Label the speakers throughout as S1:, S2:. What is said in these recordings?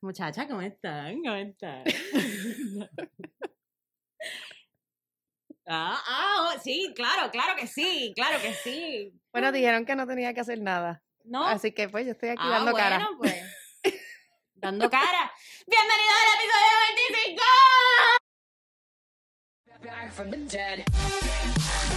S1: Muchacha, ¿cómo están? ¿Cómo están? ah, ah, oh, sí, claro, claro que sí, claro que sí.
S2: Bueno, dijeron que no tenía que hacer nada.
S1: No,
S2: Así que pues yo estoy aquí
S1: ah,
S2: dando
S1: bueno,
S2: cara.
S1: pues. Dando cara. Bienvenido al episodio 25.
S3: back from the dead.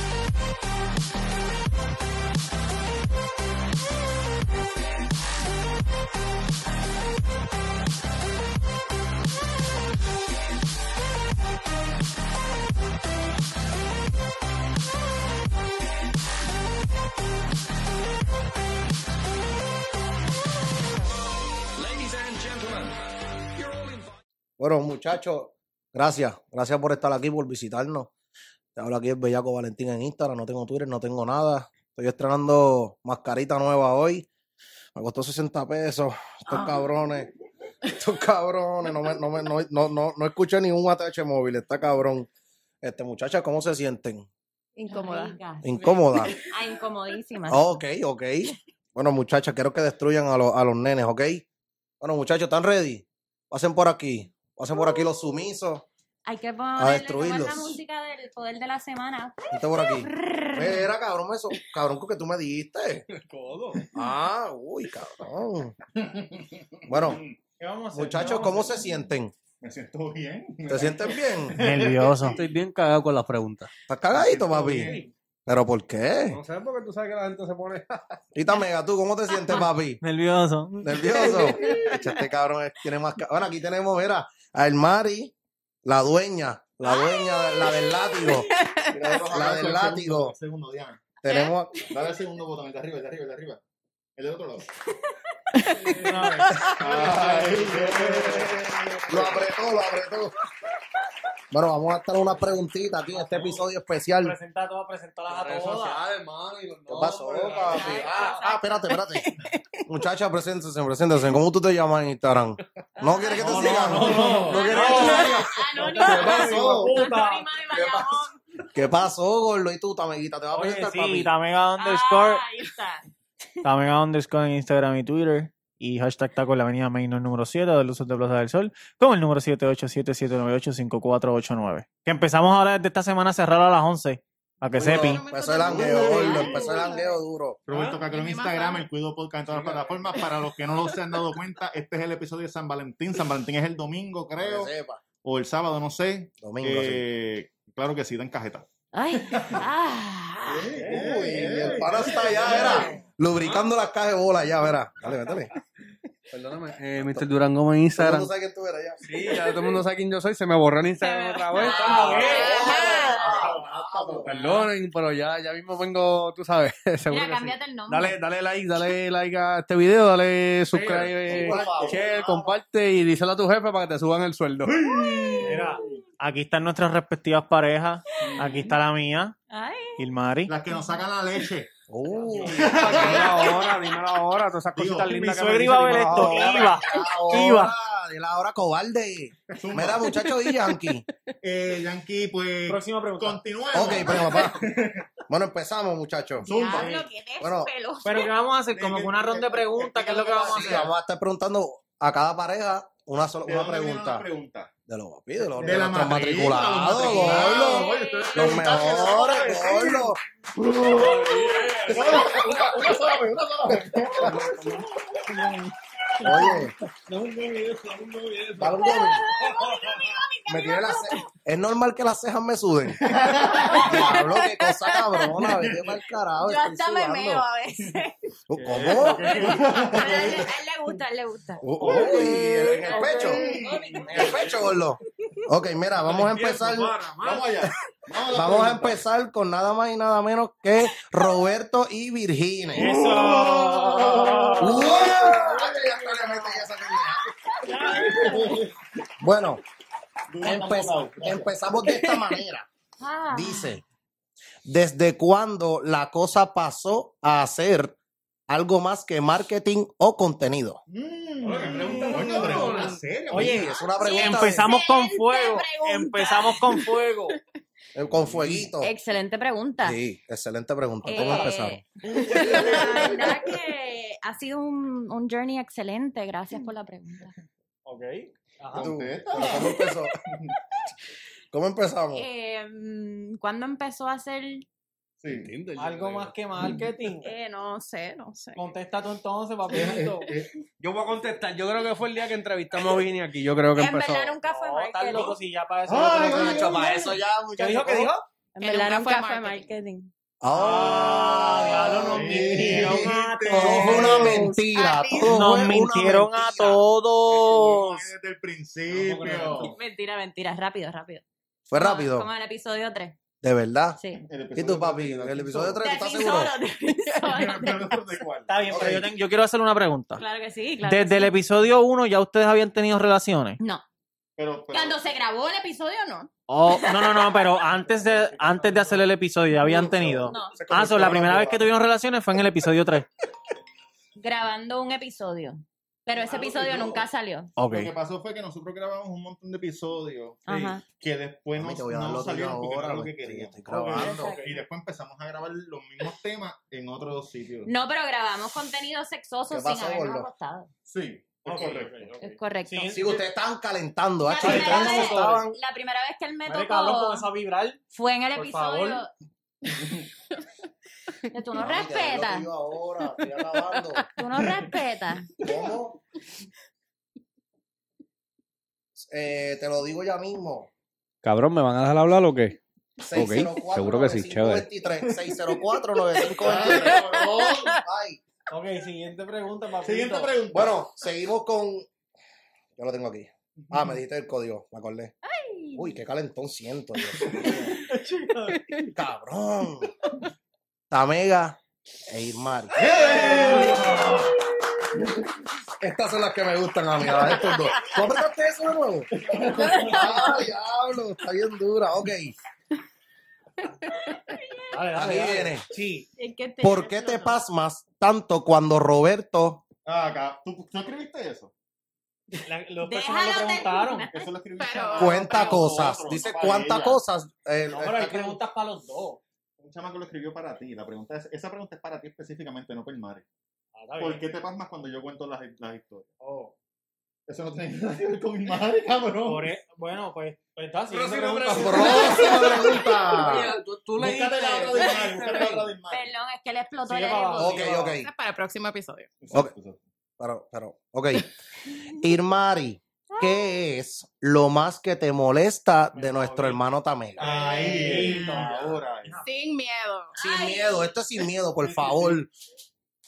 S4: Ladies and gentlemen, you're all invited.
S5: Bueno, muchachos, gracias. Gracias por estar aquí, por visitarnos. Te hablo aquí el Bellaco Valentín en Instagram. No tengo Twitter, no tengo nada. Estoy estrenando mascarita nueva hoy. Me costó 60 pesos. Estos cabrones. Estos cabrones. No, me- no, me- no, no, no, no escuché ni un ATH móvil. Está cabrón. Este, muchachas, ¿cómo se sienten?
S2: Incómoda.
S1: Ricas.
S5: ¿Incómoda?
S1: Ah, incomodísima.
S5: Ah, ok, ok. Bueno, muchachas, quiero que destruyan a, los- a los nenes, ¿ok? Bueno, muchachos, ¿están ready? Pasen por aquí. Pasen por aquí los sumisos.
S1: Hay que ponerle como es la
S5: destruirlos.
S1: música del poder de la semana.
S5: Está por aquí. Mira, cabrón, eso. Cabrón, ¿con que tú me diste? Ah, uy, cabrón. Bueno,
S6: ¿Qué vamos a hacer?
S5: muchachos,
S6: ¿Qué
S5: ¿cómo
S6: vamos a
S5: se
S6: hacer?
S5: sienten?
S6: Me siento bien.
S5: ¿Te sientes bien?
S7: Nervioso. Estoy bien cagado con las preguntas.
S5: ¿Estás cagadito, papi?
S6: bien.
S5: ¿Pero por qué?
S6: No sé por qué tú sabes que la gente se pone.
S5: Tita Mega, ¿tú cómo te sientes, papi?
S7: Nervioso.
S5: ¿Nervioso? Echa, Este cabrón es- tiene más... ca- Bueno, aquí tenemos, mira, a El Mari, la dueña, la dueña, la del látigo. La del látigo.
S6: El segundo, Diana.
S5: Tenemos...
S6: Dale el segundo botón, el de arriba, el de arriba, el de arriba. El del otro lado.
S5: Lo apretó, lo apretó. Bueno, vamos a estar unas preguntitas aquí en este episodio especial.
S7: Presenta todas, presentarlas a todas.
S5: ¿Qué pasó, papi? Ah, ah, espérate, espérate. Muchacha, preséntense, preséntense. ¿Cómo tú te llamas en Instagram? ¿No quieres que te sigan?
S6: no,
S5: ¿No quieres que te sigan?
S1: Anónima.
S5: ¿Qué pasó?
S1: Anónima de Bayamón.
S5: ¿Qué pasó, gordo? ¿Y tú, tameguita? ¿Te vas a
S7: Oye,
S5: presentar,
S7: Eh, sí,
S5: papi?
S7: Tamega underscore,
S1: Ah, ahí está.
S7: Tamega underscore en Instagram y Twitter. Y hashtag taco en la avenida Maino número 7 de Luzos de Plaza del Sol con el número 787-798-5489. Que empezamos ahora desde esta semana a cerrar a las 11. A que sepi.
S5: Empezó el angueo, gordo. Empezó el angueo duro.
S6: Roberto Cacro en Instagram, el Cuido Podcast en todas las plataformas. Para los que no lo se han dado cuenta, este es el episodio de San Valentín. San Valentín es el domingo,
S5: Para
S6: creo,
S5: que sepa.
S6: o el sábado, no sé.
S5: Domingo,
S6: Eh, Claro que sí, dan cajeta.
S1: Ay, ah.
S5: sí. Uy, el pana está allá, era. Lubricando las cajas de bola allá, verá. Dale, métele.
S8: Perdóname, eh, Mr. Durán Gómez en Instagram.
S5: ¿Tú sabes quién tú eras ya?
S8: Sí, ya todo el mundo sabe quién yo soy. Se me borró el Instagram otra vez.
S5: Ah,
S8: Perdonen, pero ya, ya mismo vengo, tú sabes. seguro
S1: Mira,
S8: que sí.
S1: cámbiate el nombre.
S8: Dale, dale like, dale like a este video, dale subscribe, share, comparte y díselo a tu jefe para que te suban el sueldo.
S7: Mira, aquí están nuestras respectivas parejas. Aquí está la mía,
S1: Ay.
S7: Ilmari.
S6: Las que nos sacan la leche.
S8: Oh.
S5: Uh.
S8: dímelo ahora, dímelo ahora, todas esas
S6: Digo,
S8: cositas
S7: Mi
S8: lindas. que me
S7: suegra
S8: dicen,
S7: iba a ver
S8: dímelo
S7: esto.
S8: ahora.
S7: Iba.
S5: Ahora,
S7: Iba.
S5: De la hora cobarde. Mira, muchachos, y Yankee.
S6: Eh, Yankee, pues.
S7: Próxima pregunta.
S6: Continuemos.
S5: Ok, pues, pero papá. Bueno, empezamos, muchachos.
S6: Zumba.
S1: Diablo, qué
S5: Bueno.
S1: despelo.
S7: Pero ¿qué vamos a hacer? Como que una ronda de preguntas, ¿qué es lo que vamos a
S5: Sí,
S7: hacer?
S5: vamos a estar preguntando a cada pareja una sola
S6: ¿De
S5: una
S6: dónde viene la
S5: pregunta.
S6: pregunta?
S5: De los papi, de los
S6: De la
S5: nuestros
S6: matrícula,
S5: matriculados,
S6: los matriculados.
S5: gordo.
S6: Oye, ustedes
S5: Los
S6: preguntan que no
S5: mejores,
S6: saben.
S5: gordo.
S6: Una sola vez, una sola vez.
S5: Oye. Dale un gomito. Me tiene la ce- Es normal que las cejas me suden. Diablo, qué cosa cabrona. Vete mal carajo.
S1: Yo
S5: estoy
S1: hasta me
S5: sudando. Oh,
S1: meo a veces.
S5: ¿Cómo?
S1: Pero a él, le- a él le gusta, a él le gusta.
S5: Oh, oh, y en el pecho. En el pecho, gordo. Ok, mira, vamos a empezar.
S6: Vamos allá. Vamos,
S5: Vamos a empezar con nada más y nada menos que Roberto y Virginia.
S7: Eso.
S5: ¡Wow! Bueno, empe- empezamos de esta manera.
S1: Ah.
S5: Dice, ¿desde cuándo la cosa pasó a hacer algo más que marketing o contenido?
S7: Oye,
S5: Es una
S1: Sí,
S5: pregunta de-
S7: empezamos con
S1: Excelente
S7: fuego.
S1: pregunta.
S7: Empezamos con fuego.
S5: eh, con fueguito.
S1: Excelente pregunta.
S5: Sí, excelente pregunta. ¿Cómo
S1: Eh,
S5: empezaron?
S1: La verdad que ha sido un, un journey excelente. Gracias por la pregunta.
S7: Ok.
S5: ¿Y tú?
S6: Contesta.
S5: ¿Pero ¿Cómo empezó? ¿Cómo empezamos?
S1: Eh, mm, ¿Cuándo empezó a hacer?
S6: Sí.
S8: Tinder, yo
S7: Algo
S8: creo.
S7: más que marketing.
S1: Eh, no sé, no sé.
S7: Contesta tú entonces,
S6: Eh,
S7: papito.
S6: eh, eh,
S8: Yo voy a contestar. Yo creo que fue el día que entrevistamos a Vini aquí. Yo creo que
S1: En
S8: empezó.
S1: verdad nunca fue
S7: No, estás
S1: marketing.
S7: loco si ya para eso.
S5: Ay,
S7: no
S5: ay,
S7: tengo
S5: ay,
S7: nada.
S5: ay.
S7: ¿Qué dijo? ¿Qué dijo?
S1: En
S2: Que
S1: verdad
S2: nunca
S1: nunca
S2: fue
S1: fue marketing.
S5: Ah,
S7: diablo, nos mintieron a
S6: Sí,
S5: todo fue una
S7: todos.
S5: mentira.
S2: Alicia.
S5: todo fue
S7: Nos
S5: una
S7: mintieron a
S5: mentira.
S7: todos.
S6: Desde el principio.
S1: Mentira, mentira, rápido, rápido.
S5: Fue
S1: Como-
S5: Oh. rápido,
S1: Como en el episodio 3.
S5: de verdad.
S1: Sí.
S5: ¿Y tú, papi? ¿El episodio 3?
S1: Del
S5: ¿Estás seguro?
S1: episodio, del episodio.
S7: Está bien, pero
S5: Ok.
S7: yo, tengo- yo quiero hacer una pregunta.
S1: Claro que sí, claro.
S7: Desde el episodio 1 ya ustedes habían tenido relaciones.
S1: No.
S6: Pero, pero,
S1: Cuando se grabó el episodio, no.
S7: Oh, no, no, no, pero antes de, antes de hacer el episodio ya habían tenido.
S1: No.
S7: Ah, so, la primera vez que tuvieron relaciones fue en el episodio 3.
S1: Grabando un episodio. Pero ese episodio nunca salió.
S7: Ok.
S6: Lo que pasó fue que nosotros grabamos un montón de episodios
S1: Ajá.
S6: que después
S5: Mami,
S6: no,
S5: te voy a dar
S6: no
S5: lo tuyo
S6: salieron porque no era
S5: ahora,
S6: lo que
S5: me estoy-
S6: queríamos.
S5: estoy grabando.
S6: Y después empezamos a grabar los mismos temas en otros sitios.
S1: No, pero grabamos contenido sexoso
S5: ¿Qué
S1: sin
S5: pasó,
S1: habernos
S5: gordo?
S1: acostado.
S6: Sí, es correcto.
S1: Es correcto.
S7: Sí,
S5: Sí, ustedes estaban calentando.
S1: La
S5: hacho,
S1: primera,
S5: ustedes no
S1: vez,
S5: estaban-
S1: la primera vez que él me
S7: Marica, cabrón,
S1: tocó
S7: comenzó a vibrar.
S1: fue en el
S7: Por
S1: episodio. Que tú no
S5: Mami, te doy lo
S1: respetas.
S5: tuyo ahora, estoy acabando.
S1: Tú no respetas.
S5: ¿Cómo? Eh, te lo digo ya mismo.
S9: Cabrón, ¿me van a dejar hablar o qué?
S5: 604
S9: seguro que sí, chévere.
S5: 604-9523. Ay,
S7: Ok, siguiente pregunta, papito.
S6: Siguiente pregunta.
S5: Bueno, seguimos con. Yo lo tengo aquí. Ah, me dijiste el código, me acordé. Uy, qué calentón siento. Dios mío. Cabrón. Tamega e Irmar. Estas son las que me gustan a mí, a estos dos. ¿Cómo trataste eso, hermano? Ah, diablo, está bien dura. Ok,
S7: Dale,
S5: aquí
S7: dale, dale.
S5: viene.
S7: Sí.
S1: Es que este te-
S5: ¿Por qué te pasmas tanto cuando Roberto...
S6: Ah, acá. ¿Tú, tú escribiste eso?
S7: La- los personas
S1: Déjalo
S7: lo preguntaron.
S1: terminar.
S6: Eso lo escribiste.
S1: Pero-
S6: a-
S5: Cuenta
S6: para
S5: cosas,
S6: nosotros,
S5: dice
S6: no para
S5: cuántas
S6: ella.
S5: cosas. eh,
S7: No, pero hay
S5: está-
S7: preguntas para los dos.
S6: Un chamaco lo escribió para ti. La pregunta es, esa pregunta es para ti específicamente, no para el mare.
S7: Ah, está bien. Oh.
S6: ¿Por qué te pasmas cuando yo cuento las, las historias? Eso no tiene nada que ver con mi madre, cabrón.
S7: Por e- bueno, pues, pues está siguiente
S8: Próxima
S7: pregunta.
S8: pregunta.
S5: Próxima pregunta.
S8: Mira, tú, tú leíste.
S6: Búscate la obra de Ismael, búscate la obra de Ismael.
S1: Perdón, es que le explotó
S7: Sigue
S1: el
S7: para
S1: ego.
S7: abajo.
S5: Ok, ok.
S2: Esa es Para el próximo episodio.
S6: Exacto, exacto.
S5: Pero, pero, ok. Irmari, ¿qué es lo más que te molesta de nuestro hermano Tamega?
S6: Ahí, eh. ahora.
S2: Sin miedo.
S5: Sin miedo, esto es sin miedo, por favor.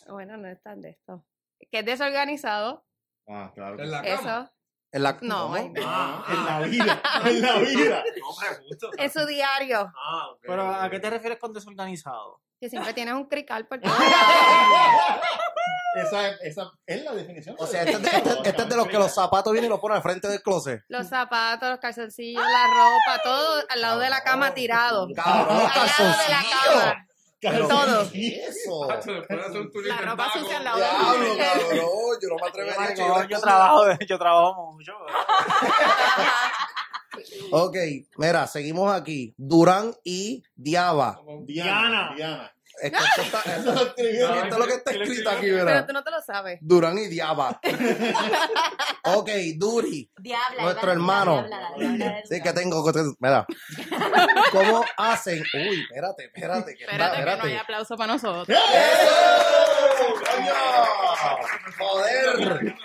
S2: Bueno, no es tan de esto. Que es desorganizado.
S6: Ah, claro. que
S9: En
S6: sí.
S9: la cama.
S2: Eso.
S5: En la-
S2: No,
S5: ¿Cómo?
S2: ay, no.
S6: Ah, en la vida, en la vida.
S2: En su diario.
S7: Ah, ok. Pero ¿a qué te refieres con desorganizado?
S2: Que siempre tienes un crical por
S6: Esa, es- esa es la definición.
S5: O sea, este es, de, este- este es de los que los zapatos vienen y los ponen al frente del closet.
S2: Los zapatos, los calzoncillos, la ropa, todo al lado de la cama tirado. Al
S5: Cabrón,
S2: lado de la
S5: calzoncillo.
S2: cama.
S5: Pero,
S2: todos.
S5: ¿qué es Eso.
S2: La ropa sucia al lado de
S5: Diablo,
S2: la cama.
S5: cabrón. Yo no me atrevería a
S7: Yo,
S5: llevar
S7: yo
S5: con-
S7: trabajo, yo trabajo mucho.
S5: Ok, mira, seguimos aquí. Durán y Diaba.
S6: Diana. Diana.
S5: Es que esto, está- esto- esto es lo que está escrito aquí, ¿verdad?
S2: Pero tú no te lo sabes.
S5: Durán y Diaba. ok, Duri.
S1: Diabla.
S5: Nuestro
S1: Iván,
S5: hermano.
S1: diabla, la diabla de
S5: Sí,
S1: Eduardo.
S5: que tengo. cosas- Mira. ¿Cómo hacen? Uy, espérate, espérate. que está-
S2: Espérate que no hay aplauso para nosotros.
S5: ¡Eso! ¡Coño! ¡Joder!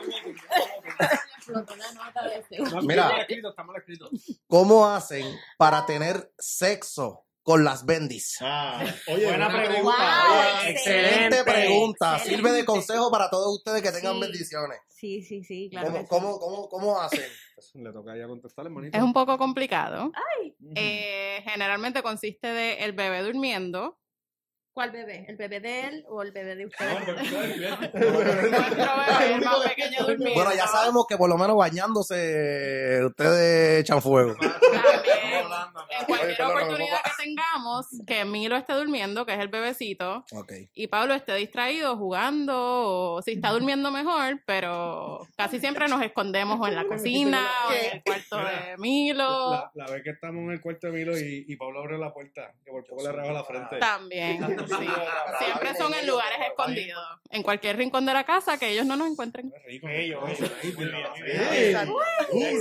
S1: Explotó la nota de ese.
S5: Mira,
S8: está mal escrito.
S5: ¿cómo hacen para tener sexo con las bendis?
S6: Ah, oye,
S7: Buena pregunta.
S1: Wow,
S5: Excelente pregunta.
S1: Excelente.
S5: Sirve de consejo para todos ustedes que tengan
S1: Sí.
S5: bendiciones.
S1: Sí, sí, sí, claro. que
S5: ¿Cómo,
S1: sí.
S5: cómo, cómo, cómo hacen?
S9: Le toca ya contestar, hermanito.
S2: Es un poco complicado. Eh, generalmente consiste de el bebé durmiendo,
S1: ¿Cuál bebé? ¿El bebé de él o el bebé de usted?
S2: nuestro bebé el
S6: único
S2: más
S6: de-
S2: pequeño durmiendo.
S5: Bueno, ya sabemos que por lo menos bañándose ustedes echan fuego.
S2: También, En
S5: Oye,
S2: cualquier
S5: perdón,
S2: oportunidad
S5: vamos
S2: que tengamos, que Milo esté durmiendo, que es el bebecito,
S5: Ok.
S2: y Pablo esté distraído jugando, o si está durmiendo mejor, pero casi siempre nos escondemos o en la cocina o en el cuarto de Milo.
S9: La, la vez que estamos en el cuarto de Milo y, y Pablo abre la puerta, que por poco le raja la frente.
S2: También.
S9: Sí, Siempre son en lugares escondidos. En cualquier rincón de la casa que ellos no nos encuentren.
S5: ¡Qué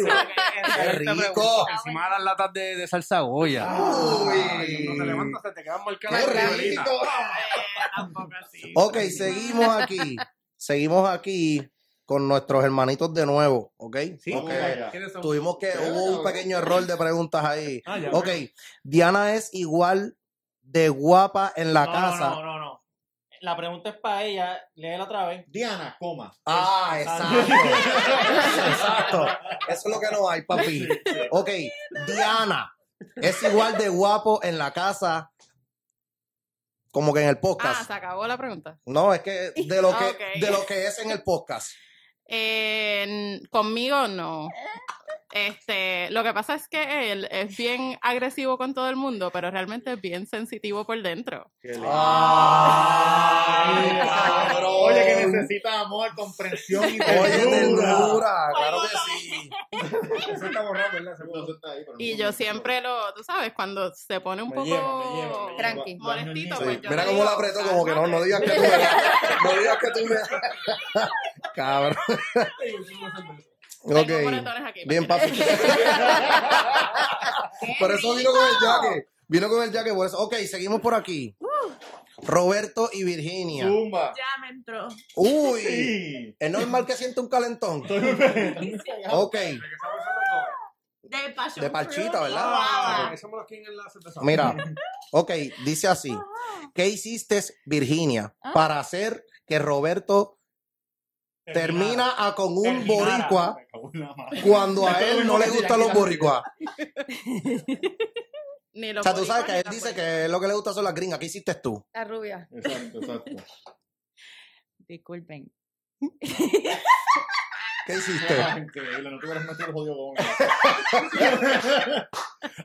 S5: rico!
S8: Encima de las latas de, de salsa Goya.
S6: Cuando te levantas se te quedan marcadas
S5: ¡Qué
S6: las violinas.
S5: rico!
S2: Eh,
S9: Tampoco así.
S5: Ok, seguimos aquí. Seguimos aquí con nuestros hermanitos de nuevo, ¿ok?
S6: Sí,
S5: Ok.
S6: ¿quiénes son?
S5: Tuvimos que, hubo un pequeño error de preguntas ahí. Ok, Diana es igual de guapa en la
S7: no,
S5: casa.
S7: No, no, no. La pregunta es para ella. Léela otra vez.
S6: Diana, coma.
S5: Ah, exacto. exacto. Eso es lo que no hay, papi. Ok, Diana es igual de guapo en la casa como que en el
S9: Ah,
S5: podcast.
S9: se acabó la pregunta.
S5: No, es que de lo que
S9: Ok.
S5: de lo que es en el podcast.
S9: Eh, n- conmigo no. Este, lo que pasa es que él es bien agresivo con todo el mundo, pero realmente es bien sensitivo por dentro.
S6: Oye, que necesita amor, comprensión y
S5: Oye,
S6: ternura.
S5: ternura, claro que sí.
S6: Eso está borrado, ¿verdad? Seguro eso está ahí, pero
S9: Y
S6: no-
S9: yo siempre lo, tú sabes, cuando se pone un
S6: Me
S9: poco
S6: lleva, me lleva, me lleva.
S10: Tranqui.
S9: molestito,
S5: Sí,
S9: pues yo
S5: Mira
S9: le
S5: cómo
S9: digo,
S5: la apretó, como que no, no digas que tú me No digas que tú me Cabrón.
S9: Tengo
S5: Ok.
S9: moretones aquí,
S5: Bien,
S9: para
S5: papi.
S9: que-
S5: Por eso vino con el jaque. Vino con el jaque. Por eso. Ok, seguimos por aquí. Roberto y Virginia.
S6: Zumba.
S1: Ya me entró.
S5: Uy.
S6: Sí.
S5: Es normal que sienta un calentón. Ok.
S1: De pasión.
S5: De parchita,
S1: Ah,
S5: ¿verdad? Mira. Ok, dice así. ¿Qué hiciste, Virginia, para hacer que Roberto termina a con un
S7: Terminara.
S5: boricua
S6: Me cago en la madre.
S5: cuando a él no le gustan los boricuas?
S9: Ni
S5: O
S9: los
S5: sea, tú sabes que él
S9: boricuas ni
S5: dice
S9: las
S5: que lo que le gusta son las gringas. ¿Qué hiciste tú?
S10: La rubia.
S6: Exacto, exacto.
S10: Disculpen.
S5: ¿Qué hiciste?
S6: Ah, Increíble, no te hubieras metido el jodido goma.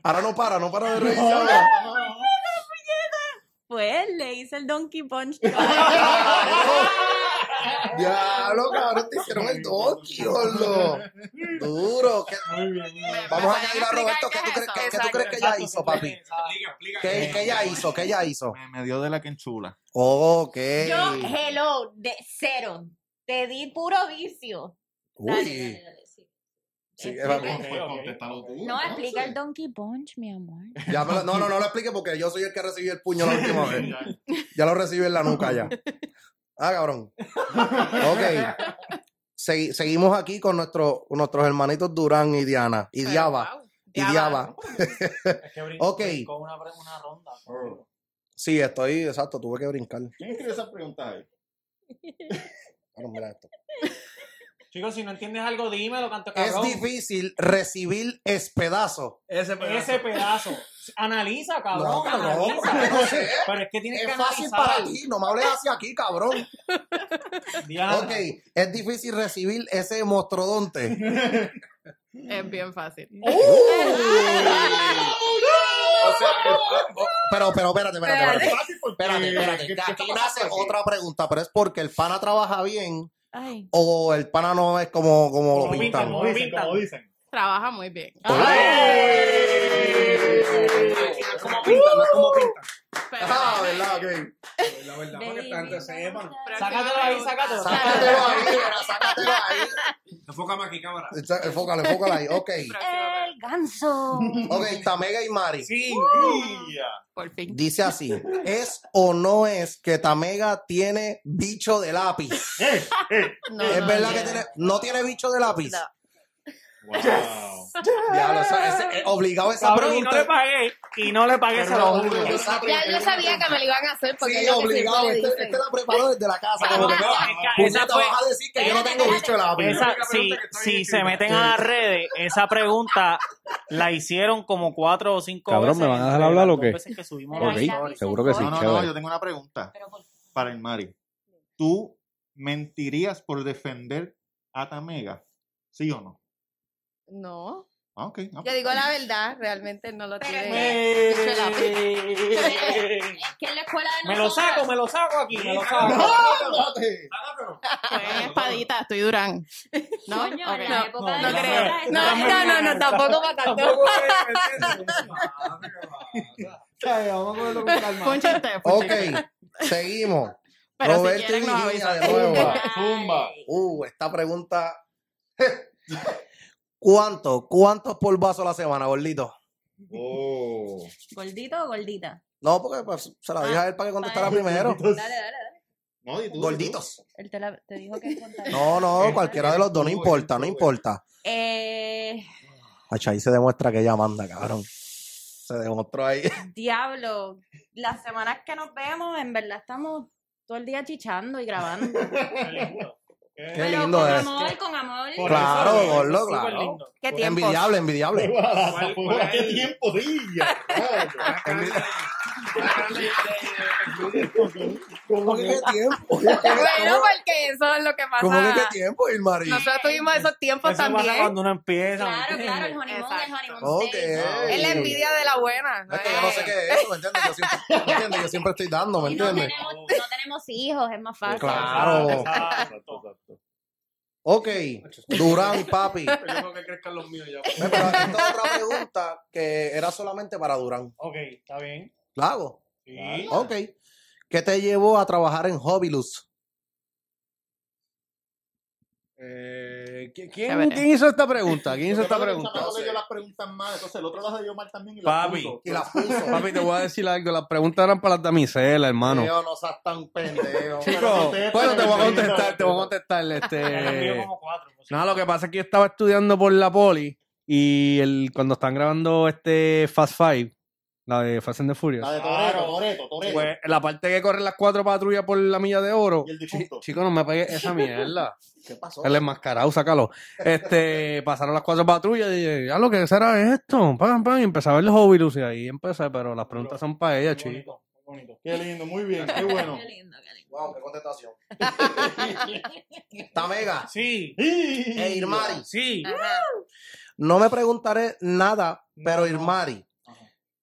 S5: Ahora no para, no para de reírse.
S1: Pues le hice el Donkey Punch.
S5: Diablo, cabrón, te hicieron el donkey, gordo. Duro. ¿Qué-
S9: boricuas.
S5: Vamos a
S9: ¿Me
S5: añadir a
S9: pueden
S5: Roberto. ¿Qué tú, crees,
S9: explicar es
S5: qué- qué
S9: eso?
S5: tú crees que ella hizo, papi? ¿Qué, qué ella hizo? ¿Qué ella hizo?
S6: Me, me dio de la quenchula.
S5: Ok.
S1: Yo, hello, de cero. Te di puro vicio. Dale, dale,
S5: Uy.
S1: dale, sí.
S5: Sí,
S1: Explica-
S5: Eva,
S1: No, explica el Donkey Punch, mi amor.
S5: ya me lo- no, no, no lo explique porque yo soy el que recibió el puño la última vez. Ya lo recibí en la nuca ya. Ah, cabrón. Ok. Segui- seguimos aquí con nuestro- nuestros hermanitos Durán y Diana. Y
S9: Pero,
S5: Diaba.
S9: wow,
S5: Y
S9: Diaba.
S5: Diaba.
S7: Es que brin-
S5: Ok.
S7: brincó una, una ronda.
S5: Sí, estoy, exacto, tuve que brincar.
S6: ¿Quién escribió esas preguntas ahí?
S5: Claro, mira esto.
S7: Chicos, si no entiendes algo, dímelo, canto
S5: Es
S7: cabrón.
S5: difícil recibir espedazo.
S8: Ese
S7: Ese pedazo. Analiza, cabrón.
S5: No, cabrón,
S7: analiza.
S5: porque no sé.
S7: Pero es que tienes que
S5: Es fácil
S7: analizar.
S5: para ti, no me hables hacia aquí, cabrón.
S7: Diana,
S5: Ok, es difícil recibir ese mostrodonte.
S9: Es bien fácil.
S5: Pero, pero, espérate, espérate, espérate. Espérate,
S6: ¿Qué-
S5: espérate.
S6: qué
S5: que Aquí
S6: está
S5: nace
S6: pasando aquí?
S5: otra pregunta, pero es porque el pana trabaja bien
S1: Ay.
S5: o el pana no es como, como lo
S7: Como pintan,
S5: pintan.
S6: Como dicen, como dicen.
S9: Trabaja muy bien.
S5: ah,
S8: como pinta, no es como pinta.
S9: Pero-
S5: Ah, ¿verdad? Ok.
S8: La verdad, porque
S1: Baby,
S8: está antes se
S1: mira.
S9: Próxima
S7: sácatelo ahí,
S9: pregunta.
S7: sácatelo.
S5: Sácatelo ahí, mira, sácatelo ahí.
S8: Enfócame aquí, cámara.
S5: Echa- Enfócala, enfócala ahí. Ok.
S9: Próxima pregunta.
S1: El ganso.
S5: Ok, Tamega y Mari.
S8: Sí.
S9: Por fin.
S5: Dice así, ¿es o no es que Tamega tiene bicho de lápiz? Eh,
S9: No,
S5: ¿Es
S9: no,
S5: verdad
S9: no.
S5: que tiene, no tiene bicho de lápiz?
S9: No.
S6: Wow.
S5: Diablo, esa- ese- eh, obligado esa
S7: Cabrón, y no le
S5: pregunta.
S7: pagué. Y no le pagué, se lo juro.
S5: Obligado esa
S10: Ya
S5: pregunta.
S10: yo sabía que me lo iban a hacer porque
S5: Sí,
S10: es lo que siempre
S5: obligado.
S10: le
S5: Este,
S10: dicen.
S5: este la preparó desde la casa. Como que, "Ah, no,
S7: Esa
S5: puñeta,
S7: fue-
S5: vas a decir que yo no tengo bicho de lápiz.
S7: Esa, si, si se meten a las redes, esa pregunta la hicieron como cuatro o cinco
S3: Cabrón,
S7: veces.
S3: ¿me van a dejar
S7: entre
S3: hablar
S7: las
S3: o
S7: dos
S3: qué?
S7: veces que subimos la
S3: Ok,
S7: historia.
S3: seguro que sí.
S6: No, no, no,
S3: chévere.
S6: yo tengo una pregunta
S1: Pero pues, por-
S6: para el Mari. ¿Tú mentirías por defender a Tamega? ¿Sí o no?
S10: No.
S6: Ah, ok. ah,
S10: Yo digo la verdad, realmente no lo
S1: Pero
S10: tiene.
S6: Eh,
S7: ¡Eh!
S1: Es que en la escuela de
S7: Me lo
S1: nosotras-
S7: saco, me lo saco aquí, me lo saco.
S9: Fue en espadita, estoy Durán. No,
S1: Coño, en
S9: Ok.
S1: la
S9: no,
S1: época de
S9: no creo.
S1: nosotras
S10: No,
S1: estaba-
S10: no, no, no, tampoco para tanto.
S5: Ay, Vamos a cogerlo con
S9: Fue
S5: calma.
S9: un chiste. fue un
S5: Ok,
S9: chiste.
S5: seguimos.
S9: Pero si
S5: Roberto y
S9: quieren, nos
S5: Virginia
S9: avisan.
S5: de nuevo.
S6: Zumba.
S5: Uh, esta pregunta. ¿Cuánto? ¿Cuántos polvazos a la semana, gordito?
S6: Oh.
S1: ¿Gordito o gordita?
S5: No, porque pues, se la dije a él para que contestara primero.
S1: Dale, dale, dale.
S6: No, y tú,
S5: Gorditos.
S1: Él te, la- te dijo que contara.
S5: No, no, cualquiera de los dos, no importa, no importa.
S1: Eh,
S5: Hacha, ahí se demuestra que ella manda, cabrón. Se demostró ahí.
S1: diablo, las semanas que nos vemos, en verdad estamos todo el día chichando y grabando.
S5: Qué
S1: Pero
S5: lindo
S1: con
S5: es.
S1: amor, con amor.
S7: Por
S5: Claro,
S7: eso,
S5: gordo,
S7: súper
S5: claro.
S7: lindo.
S1: ¿Qué tiempo?
S5: Envidiable, envidiable.
S7: ¿Cuál-
S6: tú.
S7: cuál-
S6: ¡Qué tiempo, Villa!
S5: ¿Cómo que qué tiempo?
S10: Bueno, porque eso es lo que pasa.
S5: ¿Cómo que qué tiempo, Ilmarín?
S10: Nosotros tuvimos esos tiempos
S7: Eso pasa
S10: también.
S7: cuando uno empieza. ¿me
S1: Claro,
S7: entiendes?
S1: claro, el honeymoon, el
S10: Exacto.
S1: honeymoon.
S5: Ok.
S1: stage.
S10: Es la envidia de la buena.
S5: No, es que yo no sé qué es eso, ¿me entiendes? Yo siempre, ¿me entiendes? Yo siempre estoy dando, ¿me
S1: Y no
S5: entiendes?
S1: tenemos, no tenemos hijos, es más fácil.
S5: Claro. Ok, Durán, papi. Eh,
S8: Yo creo que crezcan los míos ya.
S5: Pero esta es otra pregunta que era solamente para Durán.
S7: Ok, está bien.
S5: ¿La hago?
S7: Sí.
S5: Ok. ¿Qué te llevó a trabajar en Hobilus?
S8: Eh, ¿qui-
S9: Chévere.
S8: ¿quién, ¿Quién hizo esta pregunta? ¿Quién hizo esta pregunta?
S6: Yo las preguntas mal, entonces el otro las dio mal también. Y las
S8: Papi.
S6: puso.
S5: Y la puso.
S8: Papi, te voy a decir algo. Las preguntas eran para las damiselas, hermano.
S5: Yo no seas tan pendejo.
S8: Chico,
S6: Pero
S8: bueno, te voy
S6: contesta.
S8: a contestar, te voy a contestar.
S7: Ya le envío
S8: Este...
S7: como cuatro. pues.
S8: No, lo que pasa es que yo estaba estudiando por la poli y el, cuando están grabando este Fast Five, la de Fast and the Furious,
S5: Ah,
S6: La de
S7: Claro.
S6: Toreto, Toreto, Toreto.
S8: pues la parte que corren las cuatro patrullas por la milla de oro.
S6: Y el
S8: Chi-
S6: difunto.
S8: Chico, no me pegues esa mierda.
S5: ¿Qué pasó?
S8: El enmascarado, sácalo. Este, pasaron las cuatro patrullas y dije, ya lo que será esto. Pam, pam, y empecé a ver el Hobby y ahí empecé, pero las preguntas son para ella,
S7: Muy
S8: chico.
S7: bonito, muy bonito.
S6: Qué lindo, muy bien, qué bueno.
S1: Qué lindo, qué lindo.
S5: Wow, qué contestación. Está mega.
S7: Sí.
S5: Eh, Irmari.
S7: Sí.
S10: Ajá.
S5: No me preguntaré nada, pero Irmari,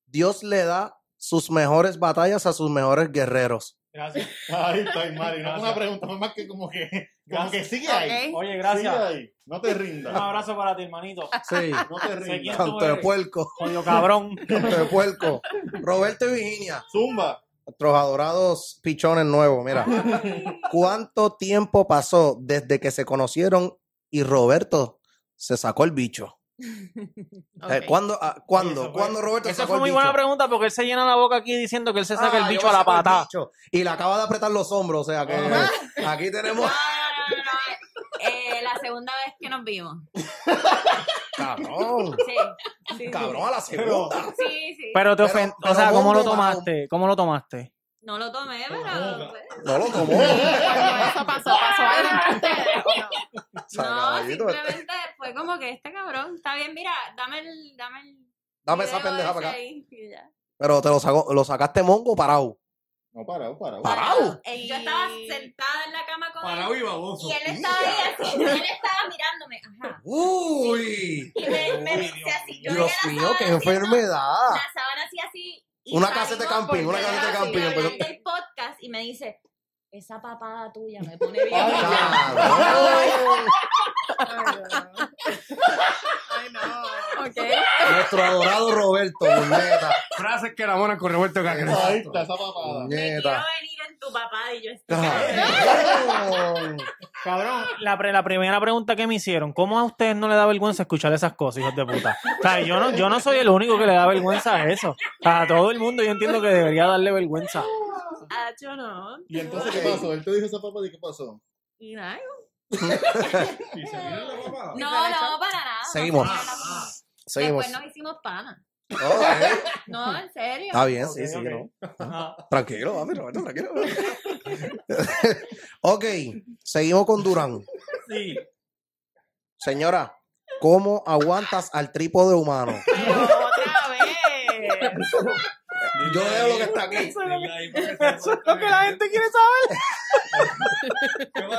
S5: Dios le da sus mejores batallas a sus mejores guerreros.
S7: Gracias.
S6: Ahí está, Irmari. No es una
S7: Gracias.
S6: pregunta, fue más que como que, como
S7: Gracias.
S6: que sigue ahí.
S10: Ok.
S7: Oye,
S6: Sigue
S7: gracias.
S6: ahí. No te
S7: Un
S6: rindas.
S7: abrazo para ti, hermanito.
S5: Sí.
S6: No te
S7: Sé quién
S6: rindas.
S7: tú
S5: Canto de
S7: eres.
S5: puerco.
S7: Coño, cabrón.
S5: Canto de puerco. Roberto y Virginia,
S6: Zumba.
S5: nuestros adorados pichones nuevos. Mira, ¿cuánto tiempo pasó desde que se conocieron y Roberto se sacó el bicho? Eh,
S9: Ok.
S5: ¿Cuándo, ah, ¿cuándo,
S7: Eso fue-
S5: ¿cuándo Roberto se
S7: Esa
S5: sacó
S7: fue
S5: el
S7: muy
S5: bicho?
S7: buena pregunta porque él se llena la boca aquí diciendo que él se saca
S5: Ah,
S7: el bicho
S5: yo
S7: a
S5: me
S7: la
S5: saco el
S7: pata.
S5: bicho. Y le acaba de apretar los hombros, o sea que aquí tenemos.
S1: No, no, no, no. Eh, la segunda vez que nos vimos.
S5: Cabrón,
S1: Sí. Sí,
S5: cabrón a la segunda.
S1: Sí, sí. sí.
S7: Pero te
S5: Pero-
S7: ofend...
S5: pero
S7: o sea, ¿cómo
S5: bomba,
S7: lo tomaste? ¿Cómo lo tomaste?
S1: No lo tomé, pero. pues,
S5: No lo tomó.
S9: Bueno, eso pasó, pasó algo entre ustedes, ¿o no?
S1: no,
S5: caballito.
S1: simplemente fue como que este cabrón. Está bien, mira, dame el. Dame, el
S5: Dame esa
S1: video
S5: pendeja
S1: ese
S5: para acá.
S1: ahí y ya.
S5: Pero te lo, sacó- lo sacaste mongo parado.
S6: No, parado, parado.
S5: Parado.
S1: Eh, Yo estaba sentada en la cama con él.
S8: y baboso.
S1: Y él estaba ahí así, él estaba mirándome. Ajá.
S5: Uy.
S1: Y me, me dice así. Yo "Ah,
S5: Dios
S1: veía la
S5: mío,
S1: sábana
S5: qué
S1: haciendo-
S5: enfermedad.
S1: La sábana así, así. y
S5: Una
S1: salimos
S5: caseta de camping, una
S1: porque
S5: caseta de
S1: era
S5: camping,
S1: hablando
S5: empezó.
S1: del podcast y me dice, esa papada tuya me pone bien.
S5: Cabrón.
S9: Ay, no. Ok.
S5: Este Nuestro adorado Roberto, puñeta.
S8: Frases que enamoran con Roberto Cagre.
S6: Ahí está esa papada.
S1: me quiero
S5: Puñeta.
S1: venir en tu papá y yo estoy...
S5: Cabrón.
S7: Cabrón, la, pre- la primera pregunta que me hicieron, ¿cómo a ustedes no le da vergüenza escuchar esas cosas, hijos de puta? O sea, yo no, yo no soy el único que le da vergüenza a eso. A todo el mundo yo entiendo que debería darle vergüenza.
S1: Ah, yo no.
S6: Y entonces, ¿qué pasó? Él te dijo esa papada y ¿qué pasó?
S1: Y nada.
S6: Y se vino la papada.
S1: No, no, para nada.
S5: Seguimos. Seguimos.
S1: Después nos hicimos panas.
S5: Ok,
S1: No, en serio.
S5: Está bien, sí,
S7: Ok,
S5: sí.
S7: ok.
S5: ¿no?
S7: Ajá.
S5: Tranquilo, papi, Roberto, tranquilo. ok, seguimos con Durán.
S7: Sí.
S5: Señora, ¿cómo aguantas al trípode humano?
S9: Pero otra vez.
S5: Yo veo lo que está aquí.
S7: Eso es lo que la gente quiere saber.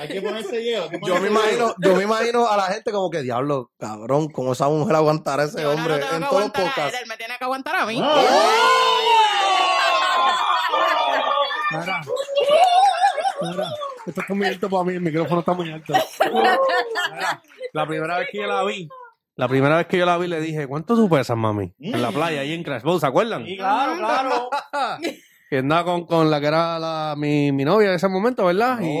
S6: Hay que ponerse hielo. hay que
S5: Yo
S6: ponerse
S5: me
S6: hielo.
S5: imagino, yo me imagino a la gente como que, diablo, cabrón, cómo esa mujer aguantará a ese
S9: Yo no
S5: hombre
S9: lo tengo
S5: en
S9: que
S5: todos los
S9: aguantar a él,
S5: podcasts.
S9: él me tiene que aguantar a mí.
S5: ¡Oh!
S8: Mira, mira, esto está muy alto para mí, el micrófono está muy alto. Mira, la primera vez que yo la vi, La primera vez que yo la vi le dije, ¿cuánto tú pesas, mami? En la playa, ahí en Crash Bowl, ¿se acuerdan?
S7: claro, claro.
S8: Que andaba con, con la que era la- mi, mi novia en ese momento, ¿verdad? Y-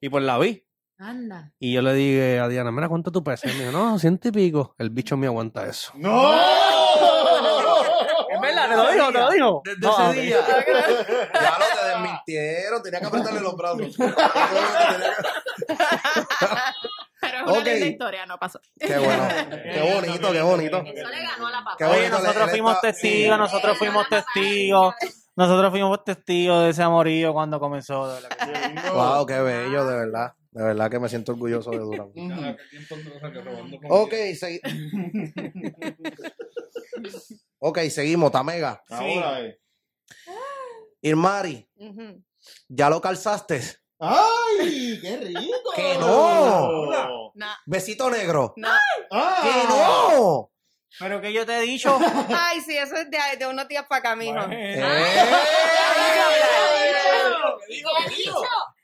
S8: Y, pues la vi.
S10: Anda.
S8: Y yo le dije a Diana, mira, ¿cuánto tú pesas? Y me dijo, no, ciento y pico. El bicho me aguanta eso.
S6: ¡No!
S7: Es verdad, te lo digo, te lo digo.
S8: Desde ese día.
S5: Ya lo te desmintieron, tenía que apretarle los brazos.
S9: Pero es una
S5: Ok.
S9: linda historia, no pasó.
S5: Qué bueno, qué bonito, qué bonito.
S10: Eso le ganó a la
S5: Qué
S10: papá.
S5: bueno.
S7: Oye,
S5: él
S7: nosotros
S5: está-
S7: fuimos testigos, nosotros fuimos testigos. Nosotros fuimos testigos de ese amorío cuando comenzó. de verdad que sí.
S5: Wow, qué bello, de verdad. De verdad que me siento orgulloso de Durán.
S3: Cada quien pondrá cosa que robando con-
S5: Ok, segui- ok, seguimos, Tamega.
S6: Ahora eh. es.
S5: Irmari,
S9: Ujú.
S5: ¿ya lo calzaste?
S6: ¡Ay! ¡Qué rico!
S5: ¡Que no!
S9: Nah.
S5: Besito negro.
S6: ¡Ah!
S5: ¡Que no!
S7: Pero que yo te he dicho.
S1: Ay, sí, eso es de, de unos días para acá, mijo.
S10: eh,
S5: ¡Eh!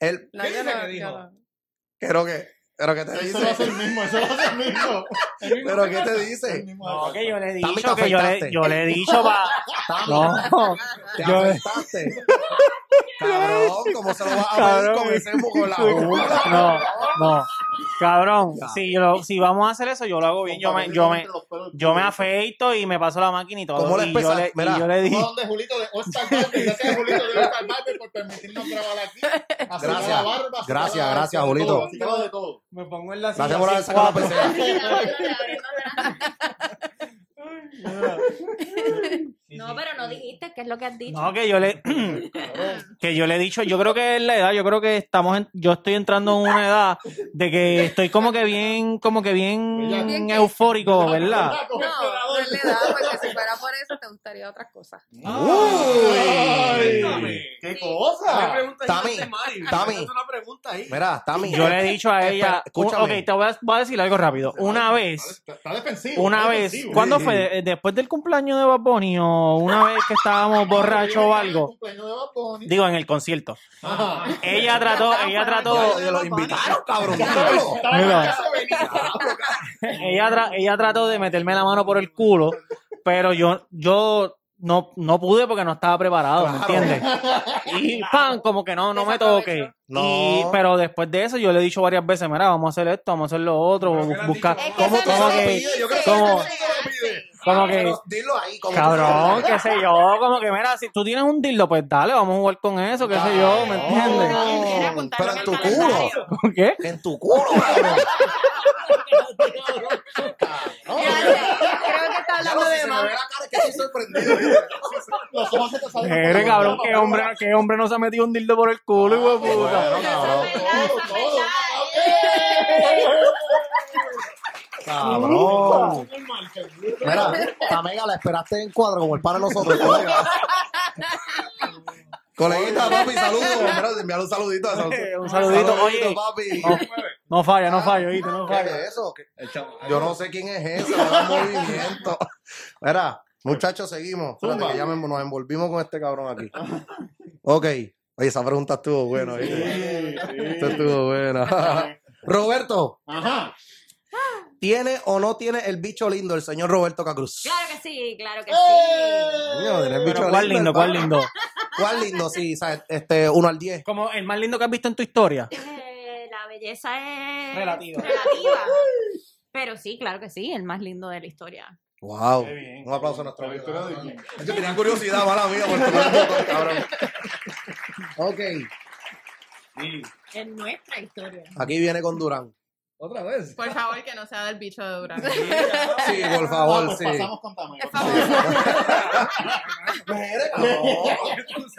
S5: Él-
S9: No, yo no, yo no.
S5: creo que, pero que te
S6: Eso lo hace el
S5: dice.
S6: mismo, eso lo hace el mismo.
S5: Pero qué te dice.
S7: No, que yo le he
S5: Tami, te
S7: dicho, que yo le,
S5: afeitaste.
S7: yo le he dicho pa- No,
S5: Te
S7: Yo-
S5: afectaste. Cabrón, ¿cómo se lo vas a pedir
S7: Cabrón,
S5: con ese con la boca?
S7: no, no. Cabrón, si, lo- si vamos a hacer eso, yo lo hago bien. Yo me, yo me, yo me afeito y me paso la máquina y todo.
S5: ¿Cómo le
S7: y, yo le,
S5: pesaste? Mira.
S7: y yo le dije,
S6: ¿Dónde Julito de Oscar Barber? Gracias Julito de Oscar Barber por permitirnos grabar aquí. Gracias,
S5: Gracias, gracias, gracias, Julito.
S6: de todo.
S11: Me pongo en la
S5: Gracias por haber sacado la pecera.
S10: No, pero no dijiste qué es lo que has dicho.
S7: no, que yo le, que yo le he dicho, yo creo que es la edad, yo creo que estamos, en- yo estoy entrando en una edad de que estoy como que bien, como que bien eufórico, ¿verdad?
S1: No, no es la edad, porque si fuera por eso te gustaría otras cosas.
S6: ¡Uy! ¡Qué cosa!
S5: Tami, Tami, mira, Tami.
S7: Yo le he dicho a
S5: Espera,
S7: ella, "Oh,
S5: escúchame.
S7: ok, te voy a, voy a decir algo rápido. Una vez,
S6: Está, está defensivo.
S7: una
S6: está
S7: vez,
S6: defensivo.
S7: ¿cuándo fue? Eh, ¿Después del cumpleaños de Bad Bunny o una vez que estábamos borrachos o algo?
S6: Cumpleaños de Bad Bunny.
S7: Digo, en el concierto.
S6: Ajá.
S7: Ella trató, ella trató,
S5: Oye, los invitaron, Ah, cabrón. diablo.
S6: Estaba en
S7: Mira.
S6: la casa de Benito.
S7: ella, tra- ella trató de meterme la mano por el culo, pero yo, yo no, no pude porque no estaba preparado, ¿me
S5: Claro.
S7: entiendes? Y pan, como que no, no me toque.
S5: No.
S7: Y- pero después de eso yo le he dicho varias veces, mira, vamos a hacer esto, vamos a hacer lo otro, bu- buscar.
S10: Es que
S5: ¿Cómo
S10: eso
S5: tú
S10: no
S5: se
S7: como
S5: lo
S10: se
S7: que-
S5: pides? Yo creo que
S10: dice,
S7: como-
S10: eso no se hace.
S7: Como que,
S5: Pero Dilo ahí, como tú
S7: Cabrón,
S5: sabes.
S7: qué sé yo, como que mira, si tú tienes un dildo, pues dale, vamos a jugar con eso, qué sé yo, ¿me entiendes?
S9: Él quiere
S5: No,
S9: apuntarlo
S5: Pero
S9: en
S5: en
S9: el
S5: tu
S9: calendario.
S5: culo.
S7: ¿Por qué?
S5: En tu culo, cabrón.
S1: Gracias. Creo que está hablando
S5: Diablo, si
S1: de
S5: se me ve
S1: más.
S5: la cara, es que estoy sorprendido.
S6: Los ojos se te salen.
S7: Mire, cabrón, qué hombre, qué hombre no se ha metido un dildo por el culo, hijo de puta.
S5: Bueno, cabrón.
S6: Todo, todo.
S5: Cabrón.
S6: Normal, que-
S5: Mira, Tamega, la esperaste en cuadro como el para nosotros, colega. Coleguita, papi, saludos. Mira, enviar un Oh, saludito. a
S7: Eh, un saludito, oye.
S5: papi.
S7: No, no falla, no falla, oíste, no
S5: ¿Qué
S7: falla.
S5: es eso? ¿Qué- Yo no sé quién es ese, no da movimiento. Mira, muchachos, seguimos. Espérate
S6: Zumba.
S5: que ya me- nos envolvimos con este cabrón aquí. Ok. Oye, esa pregunta estuvo buena. ¿viste? Esta estuvo buena. Roberto,
S6: Ajá.
S5: ¿tiene o no tiene el bicho lindo el señor Roberto Cacruz?
S10: Claro que sí, claro que sí.
S5: Coño, tiene el bicho
S7: Pero cuál lindo,
S5: el
S7: cuál
S5: pana.
S7: lindo.
S5: ¿Cuál lindo? Sí, o sea, este, 1 al 10.
S7: Como el más lindo que has visto en tu historia.
S10: Eh, la belleza es
S7: Relativa.
S10: relativa. Pero sí, claro que sí, el más lindo de la historia.
S5: Wow.
S6: Qué bien.
S5: Un aplauso a nuestro
S6: La
S5: amigo.
S6: victoria de quién.
S5: Yo tenía curiosidad, mala mía, por tocar el botón, cabrón. Ok,
S10: Es nuestra historia.
S5: aquí viene con Durán.
S8: Otra vez.
S9: Por favor, que no sea del bicho de Durán.
S5: Sí, por
S6: Ah,
S5: favor,
S6: pues
S5: sí.
S6: pasamos con Tamara.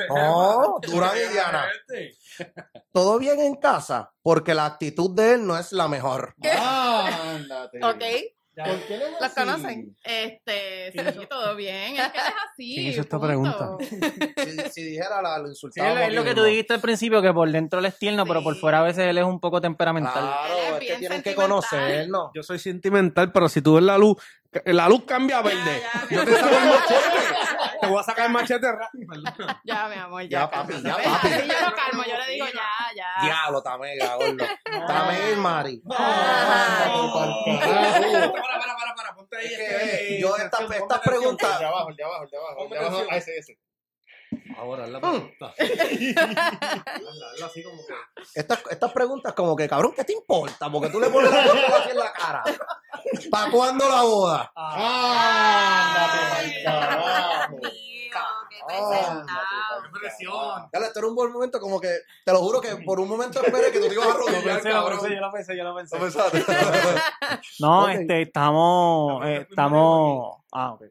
S5: No, Oh, Durán y Diana. Todo bien en casa, porque la actitud de él no es la mejor.
S6: Ah, ándate.
S9: ok.
S6: ¿Por qué le
S9: ¿Las conocen? Este, sí, todo bien. Es que él es así.
S8: ¿Quién hizo esta pregunta?
S9: punto.
S5: Si, si dijera, la, lo
S7: Sí,
S5: insultaba.
S7: es lo que tú dijiste al principio, que por dentro él es tierno, pero por fuera a veces él es un poco temperamental.
S5: Claro,
S9: Él es
S5: es que
S9: bien
S5: tienen que
S9: sentimental.
S5: conocernos.
S8: Yo soy sentimental, pero si tú ves la luz, ca- la luz cambia a verde. Yo te saco el machete. Te voy a sacar el machete rápido. Perdona.
S9: Ya, mi amor, ya.
S5: Ya, papi,
S9: cálmate.
S5: ya,
S9: Ve,
S5: papi.
S9: así Yo lo calmo, yo le digo ya, ya.
S5: Diablo, Tamega, gordo. Tamega y Mari.
S6: Ah,
S5: Ay, por favor.
S8: Para, este, para, para, para, eh,
S5: que yo estas- estas preguntas-
S6: El de abajo, el de abajo, el de abajo. El de abajo, ah, ese, ese.
S8: Ahora, hazla pregunta. Hazla, hazla así como que.
S5: Mm. Estas, estas preguntas como que, cabrón, ¿qué te importa? Porque tú le pones la pregunta así en la cara. ¿Para cuándo la boda?
S7: Ah,
S6: ¡Ah! Ándate, pa'l carajo.
S8: ¡Qué presión!
S5: Dale, esto era un buen momento como que, te lo juro que por un momento esperé que tú te ibas a
S7: Lo
S5: arrodillar,
S7: pensé, lo
S5: cabrón.
S7: pensé, yo lo pensé, yo lo pensé.
S5: No pensaste.
S7: No,
S5: Ok.
S7: este, estamos, eh, estamos, ah, ok.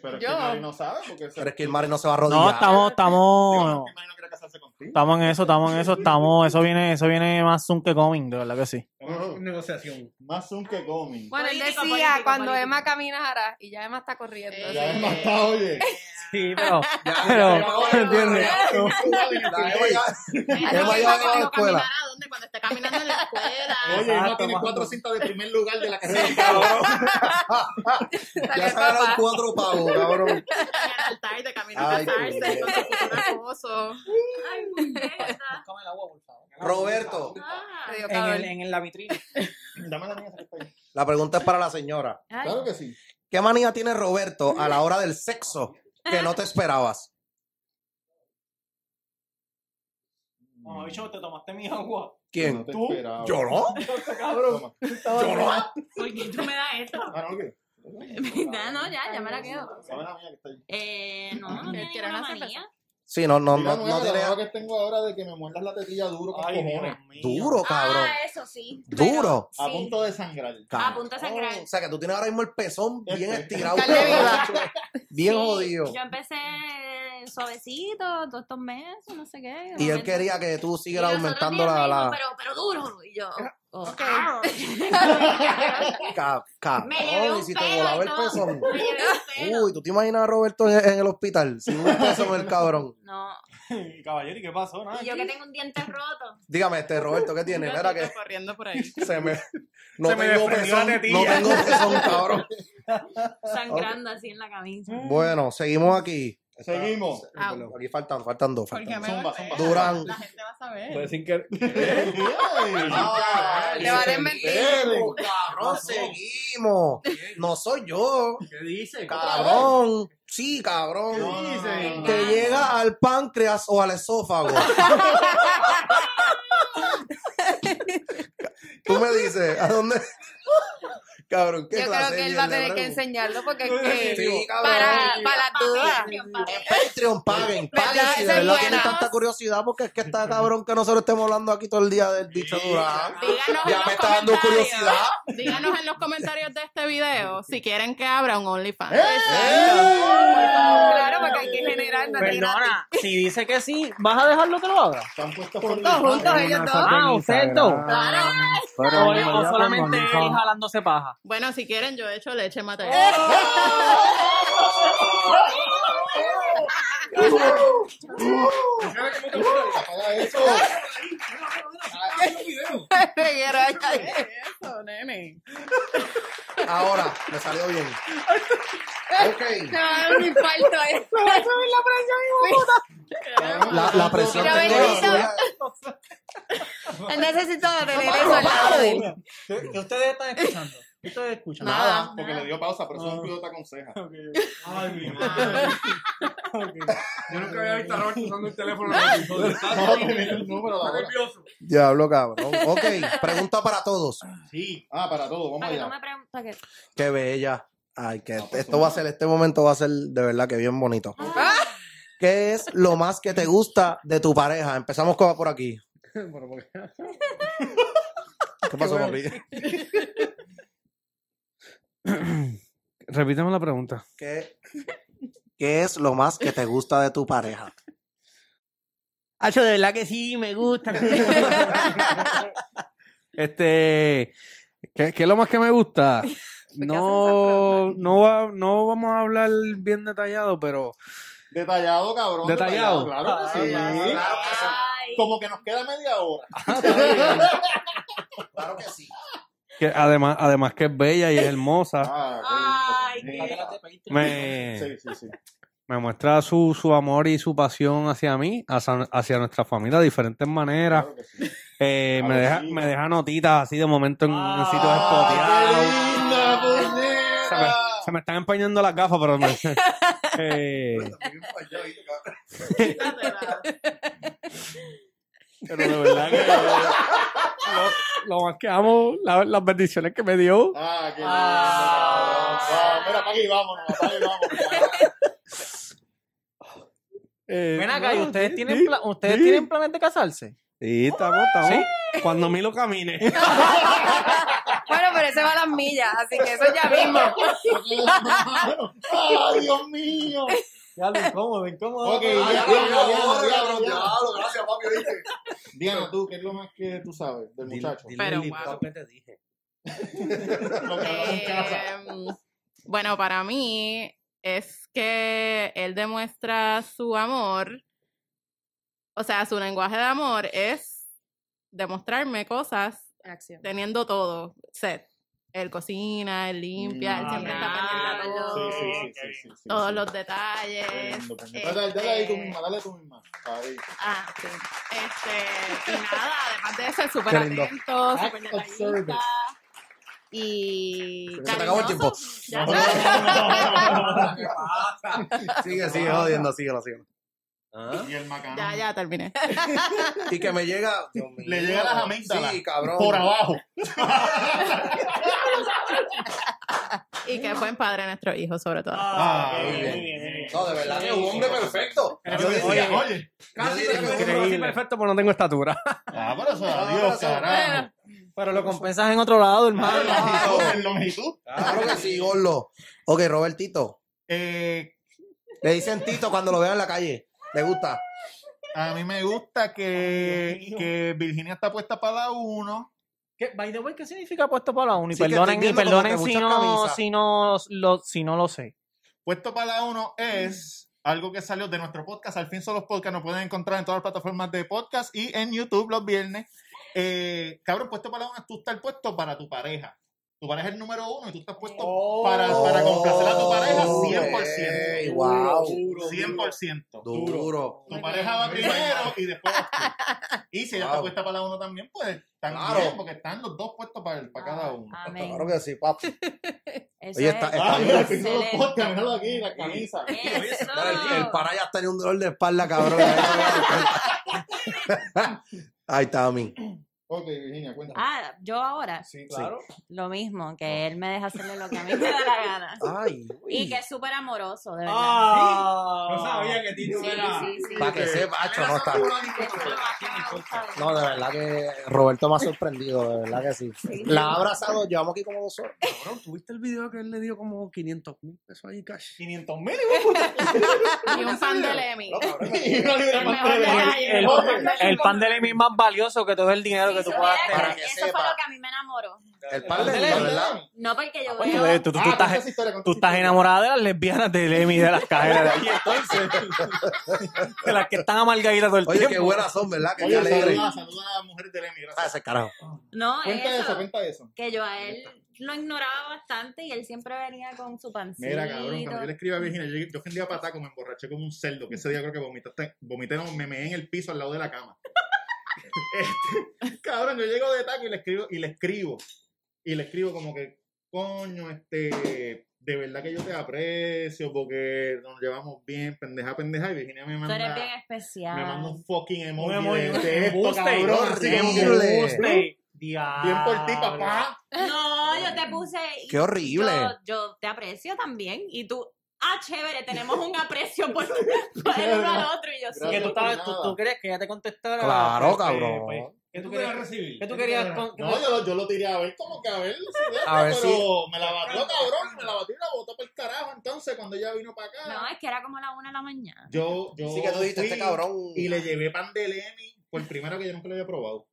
S6: Pero es
S9: Yo.
S6: que Mari no sabe porque
S5: Pero es que el Mari no se va a arrodillar.
S7: No, estamos,
S6: Digo,
S7: estamos,
S6: es que Mari no quiere casarse contigo.
S7: estamos en eso, estamos en eso, estamos, eso viene, eso viene más soon que coming, de verdad que sí.
S8: Negociación.
S6: Más zoom que Gomi.
S1: Bueno, él decía
S10: Político, político,
S1: cuando
S10: político.
S1: Emma caminara y ya Emma está corriendo.
S9: Eh,
S6: Ya es más está, oye.
S7: Sí, pero,
S5: Pero,
S7: pero,
S5: ¿entiendes? La Eva ya- Emma ya va a acabar la escuela.
S9: ¿A dónde? Cuando está caminando en la escuela.
S6: Oye, Emma
S7: Exacto,
S6: tiene
S7: más
S6: cuatro
S7: zoom.
S6: cintas de primer lugar de la carrera.
S5: Ya se ganaron cuatro pavos, cabrón.
S9: en el altar de camino a
S5: Ay,
S9: casarse pues,
S5: qué
S9: con su futuro esposo.
S5: Roberto,
S1: En el-
S7: la vitrina.
S6: Dame la mía, esa que está ahí.
S5: la pregunta es para la señora.
S6: Claro que sí.
S5: ¿Qué manía tiene Roberto a la hora del sexo que no te esperabas?
S7: No, bicho, te tomaste mi agua.
S5: ¿Quién?
S6: No te
S5: ¿Tú?
S6: esperaba.
S5: ¿Yo no?
S6: Toma.
S5: ¿Yo no?
S10: ¿Por qué tú me das esto?
S6: Ah, no, ¿qué?
S10: No, no, ya, ya me la quedo.
S6: Dame la mía que está ahí.
S10: Eh, no, no tiene
S9: ¿Quieren
S10: ninguna
S9: hacer
S10: manía.
S5: Sí, no, no,
S6: Mira,
S5: no, no
S6: nueva,
S5: tiene...
S6: la nueva que tengo ahora de que me muerdas la tetilla duro con cojones.
S5: Duro, Oh, cabrón.
S1: Ah, eso sí. Oh,
S5: Duro.
S6: A punto de sangrar.
S5: cabrón.
S10: Apunta a sangrar.
S5: O sea, que tú tienes ahora mismo el pezón bien
S6: Este.
S5: estirado.
S9: Carne viva.
S5: cabrón. Bien
S10: Sí,
S5: jodido.
S10: Yo empecé suavecito, todos estos meses, no sé qué.
S5: Y él
S10: momento.
S5: quería que tú
S10: Y
S5: siguieras
S10: los otros
S5: aumentando
S10: días me
S5: la...
S10: dijo,
S5: la...
S10: Pero, pero duro. Y yo, oh,
S5: Ca- ca-
S10: Me llevé
S5: oh,
S10: un
S5: y si
S10: pelo
S5: te volaba
S10: y
S5: el
S10: todo.
S5: pezón.
S10: me llevé el pelo.
S5: Uy, ¿tú te imaginas a Roberto en en el hospital? Sin un pezón el cabrón.
S10: No,
S7: Caballero, ¿y Ah, qué pasó? Nada,
S10: y yo que tengo un diente roto.
S5: Dígame este, Roberto, ¿qué tiene?
S9: Yo
S5: Era
S9: siempre
S5: que
S9: corriendo por ahí.
S5: se me... No
S7: Se me
S5: tengo
S7: desprendió la
S5: pezón, no
S7: tetilla.
S5: tengo pezón, cabrón.
S10: sangrando así en la camisa.
S5: Bueno, seguimos aquí.
S6: Seguimos.
S5: Ah, perdón, Aquí faltan, faltan dos.
S9: Porque
S5: faltan
S9: me
S5: dos.
S6: Zumba,
S9: golpea.
S5: zumba. Durán.
S9: La gente va a saber.
S8: Puedes decir que.
S5: Ah,
S1: Le valen mentir.
S5: Seguimos, Cabrón, seguimos. No soy yo.
S8: ¿Qué dice?
S5: Cabrón. Sí, cabrón. Eh, Te llega al páncreas o al esófago. Tú me dices, ¿a dónde? Cabrón, ¿qué
S1: Yo creo
S5: clase
S1: que
S5: de
S1: él va a
S5: mierda,
S1: tener que
S5: cabrón?
S1: enseñarlo porque es que
S5: Sí, cabrón.
S1: para, para las dudas.
S10: Papi, papi.
S5: Patreon, paguen, paguen
S1: ¿Verdad?
S5: si de
S1: Esa es
S5: verdad tienen
S1: buena.
S5: tanta curiosidad porque es que está cabrón que nosotros estemos hablando aquí todo el día del dicho
S9: Ah.
S5: Durán.
S9: Díganos en
S5: Ya
S9: los
S5: me está dando
S9: comentarios.
S5: curiosidad.
S9: Díganos en los comentarios de este video si quieren que abra un
S6: Eh,
S9: OnlyFans.
S5: ¡Eh!
S1: Claro, porque hay que generar no tiene nada.
S7: Perdona, si dice que sí, ¿vas a dejarlo que lo haga?
S6: Están puestos por
S1: juntos ellos dos.
S7: Ah, ustedes dos.
S11: Pero
S7: O, o solamente él jalándose paja.
S9: Bueno, si quieren, yo he hecho leche mate.
S6: Apaga eso.
S9: Eso, nene.
S5: Ahora, me salió bien. Ok.
S1: Se va a dar un infarto. eh.
S5: La, la presión
S1: Mira,
S5: tengo
S1: bendito.
S5: la-
S1: Él necesita tener eso al lado de él.
S7: ¿Qué ustedes están escuchando? Ustedes escuchan.
S6: Nada, porque le dio pausa, pero eso es un piloto aconseja.
S7: Ay, mi
S8: Yo nunca había visto a Roberto usando el teléfono. en el episodio.
S6: No, me dio el número de ahora.
S5: Diablo, cabrón. Ok, pregunta para todos.
S6: Sí. Ah, para todo, vamos
S10: Para que no
S6: allá.
S10: me preguntes. para que-
S5: Qué bella. Ay, que esto va a ser, este momento va a ser de verdad que bien bonito.
S9: Ah.
S5: ¿Qué es lo más que te gusta de tu pareja? Empezamos con, por aquí.
S8: Pero, ¿por qué?
S5: ¿Qué pasó, papi?
S8: Repíteme la pregunta.
S5: ¿Qué, ¿Qué es lo más que te gusta de tu pareja?
S8: Hacho, de verdad que sí, me gusta. este, ¿qué, qué es lo más que me gusta? No, no, va- no vamos a hablar bien detallado, pero
S6: Detallado, cabrón.
S8: Detallado.
S6: Claro que sí.
S5: Claro que sí.
S10: Ay,
S6: Como que nos queda media hora.
S5: Claro que sí.
S8: que además, además que es bella y es hermosa,
S6: Ah, qué lindo.
S8: me,
S5: Eh.
S6: Sí, sí,
S5: Ah.
S6: sí.
S8: me muestra su, su amor y su pasión hacia mí, hacia, hacia nuestra familia de diferentes maneras.
S6: Claro que sí.
S8: Eh,
S6: Claro
S8: me,
S6: que
S8: deja,
S6: sí.
S8: me deja notitas así de momento en, en sitios
S6: Ah,
S8: espoteados.
S6: qué linda, puñeta.
S8: Se me, se me están empañando las gafas, pero me- Eh,
S6: Pero de verdad que.
S8: eh, lo, lo más que amo, la- las bendiciones que me dio.
S6: Ah, qué lindo. Ah, mira, para aquí vámonos, para aquí vámonos.
S8: Eh,
S7: Ven acá, ¿y
S8: no,
S7: ustedes
S8: sí,
S7: tienen,
S8: sí,
S7: pla- ustedes
S8: sí.
S7: tienen planes de casarse?
S8: Sí, estamos, estamos. Cuando Milo camine.
S1: Bueno, pero ese va a las millas, así que eso ya mismo.
S6: ¡Ay, Dios mío!
S7: Ya lo incómodo, incómodo.
S6: Ok, Diana, Diana, Diana, Diana. Diana, tú, ¿qué es lo más que tú sabes del muchacho?
S9: Pero, wow.
S6: Lo que hablas en casa.
S9: Em, bueno, para mí es que él demuestra su amor, o sea, su lenguaje de amor es demostrarme cosas
S1: Acción.
S9: teniendo todo, set. Él cocina, él limpia, él siempre está pendiente de todo,
S6: Sí, sí, sí, sí, sí, sí,
S9: todos
S6: sí.
S9: los
S6: Qué
S9: detalles.
S6: lindo, puñeta. Dale, dale ahí tú
S9: este,
S6: misma, dale tú misma. Ahí.
S9: Ah, sí. Este, y nada, además de ser súper
S5: Qué lindo.
S9: atento, súper
S6: Act of
S9: detallista.
S6: service.
S9: Y.
S5: Se te acabó el tiempo.
S9: cariñoso. Ya.
S5: Sigue, sigue jodiendo, síguelo, síguelo. Ah.
S6: Y el macano.
S9: Ya, ya terminé.
S5: Y que me llega. Dios mío.
S6: Le llega las amígdalas.
S5: Sí, cabrón.
S6: Por abajo.
S9: Y que buen padre nuestro hijo, sobre todo.
S6: Ah,
S5: muy bien.
S6: bien.
S5: No, de verdad que es un hombre perfecto.
S6: Yo decía, oye.
S5: Casi
S8: Yo diría que perfecto, pero no tengo estatura.
S6: Ah, pero eso,
S5: Ah,
S6: adiós,
S5: pero eso-
S6: carajo.
S7: Pero lo compensas en otro lado, hermano.
S6: Longitud, en longitud.
S5: Claro que sí, gordo. Ok, Robertito.
S6: Eh,
S5: Le dicen Tito cuando lo vean en la calle. Le gusta.
S6: A mí me gusta
S7: Ay, Dios
S6: que,
S7: mío.
S6: que Virginia está puesta para la 1.
S7: ¿Qué, by the way, ¿qué significa puesto para la 1? Y
S5: Sí, que
S7: perdonen,
S5: estoy
S7: y
S5: viendo como
S7: perdonen
S5: que
S7: si
S5: muchas
S7: no,
S5: camisas.
S7: si, no lo, si no lo sé.
S6: Puesto para la 1 es algo que salió de nuestro podcast. Al fin son los podcasts. Nos pueden encontrar en todas las plataformas de podcast y en YouTube los viernes. Eh, cabrón, puesto para la 1 es tú estar puesto para tu pareja. Tu pareja es el número uno y tú estás puesto
S7: Oh,
S6: para, para complacer a tu pareja 100%.
S5: Ey, wow.
S6: 100%.
S5: Duro.
S6: Tu pareja va primero y después vas tú. Y si ella está
S5: Wow.
S6: puesta para la 1 también, pues están
S5: Claro.
S6: bien, porque están los dos puestos para, para cada uno.
S1: Amén.
S5: Claro que sí, papi.
S1: Eso
S5: Oye, está-
S1: es
S5: está
S6: Ah, mira, el piso de los
S1: excelente. Eh.
S6: podcasts, míralo aquí, la camisa.
S1: Eso.
S5: El, el para ya tenía un dolor de espalda, cabrón. Ahí está, mí.
S6: Ok, Virginia, cuéntame.
S1: Ah, yo ahora,
S6: Sí,
S1: lo mismo, que él me deja hacerle lo que a mí me da la gana.
S5: Ay,
S1: Y que es súper amoroso, de verdad.
S7: Ah, No sabía que
S1: Sí, sí, sí.
S5: para que sepa, Acho, no está.
S1: ¿sabes?
S5: No, de verdad que Roberto me ha sorprendido, de verdad que sí. La ha abrazado, llevamos aquí como dos horas.
S8: Cabrón, ¿tuviste el video que él le dio como 500 mil pesos ahí cash?
S6: 500 mil
S9: Y un fan del Emmy.
S6: y una libra
S9: El
S6: más
S9: mejor
S6: de-
S9: detalle.
S7: El, el pan de Lemmy es más valioso que todo el dinero que tú puedas
S1: Mira,
S5: para
S7: tener.
S5: que
S1: Eso fue
S5: sepa.
S1: lo que a mí me enamoró.
S5: El par de ¿verdad?
S1: No porque yo
S7: Tú,
S1: veo...
S7: eh, tú- tú
S6: Ah,
S7: estás,
S6: cuenta esa historia, cuenta
S7: tú
S6: esa
S7: estás
S6: historia.
S7: enamorada de las lesbianas de Lemmy, de las cajeras de aquí, entonces. De las que están amargaditas todo el
S5: Oye, qué
S7: tiempo.
S5: buenas son, ¿verdad? Que qué
S6: Oye,
S5: alegre.
S6: saluda, saluda a las mujeres del Emmy,
S5: Ah,
S6: gracias.
S5: ese carajo.
S1: No,
S6: Cuenta eso,
S1: eso.
S6: cuenta eso.
S1: que yo a él lo ignoraba bastante y él siempre venía con su pancito.
S6: Mira, cabrón, cuando yo le escribí a Virginia, yo, yo fui un día pataco, me emborraché como un cerdo, que ese día creo que vomitaste, vomité, no, me meé en el piso al lado de la cama. Este, cabrón, yo llego de taco y le escribo, y le escribo, y le escribo como que, coño, este, de verdad que yo te aprecio, porque nos llevamos bien, pendeja, pendeja, y Virginia me
S1: Tú
S6: manda...
S1: eres bien
S6: Me manda
S1: especial.
S6: un fucking emoji,
S7: Un emoji,
S6: de,
S7: un
S6: de esto,
S7: embuste,
S6: cabrón. así como que,
S5: horrible.
S7: Embuste.
S6: Bien por ti,
S7: Diablo.
S6: papá.
S1: No, yo te puse. y
S5: Qué horrible.
S1: Yo, yo te aprecio también. Y tú, ah, chévere, tenemos un aprecio por, por el uno al otro. Y yo
S7: Que tú,
S1: sí.
S7: estabas- tú- tú crees que ya te contestara.
S5: Claro,
S7: Este,
S5: cabrón.
S7: pues, ¿qué tú
S3: querías
S7: crees?
S3: recibir?
S7: ¿Qué tú querías con-
S6: No, yo lo, yo lo tiré a ver, como que a ver. si
S5: A ver
S6: pero
S5: si-
S6: me la batió, cabrón. Me la batió y la botó por el carajo. Entonces, cuando ella vino para acá,
S1: No, es que era como la una de la mañana.
S6: yo, yo.
S5: Sí, que tú dijiste,
S6: fui
S5: este cabrón.
S6: Y le llevé pan de Lemmy por primero que yo nunca lo había probado.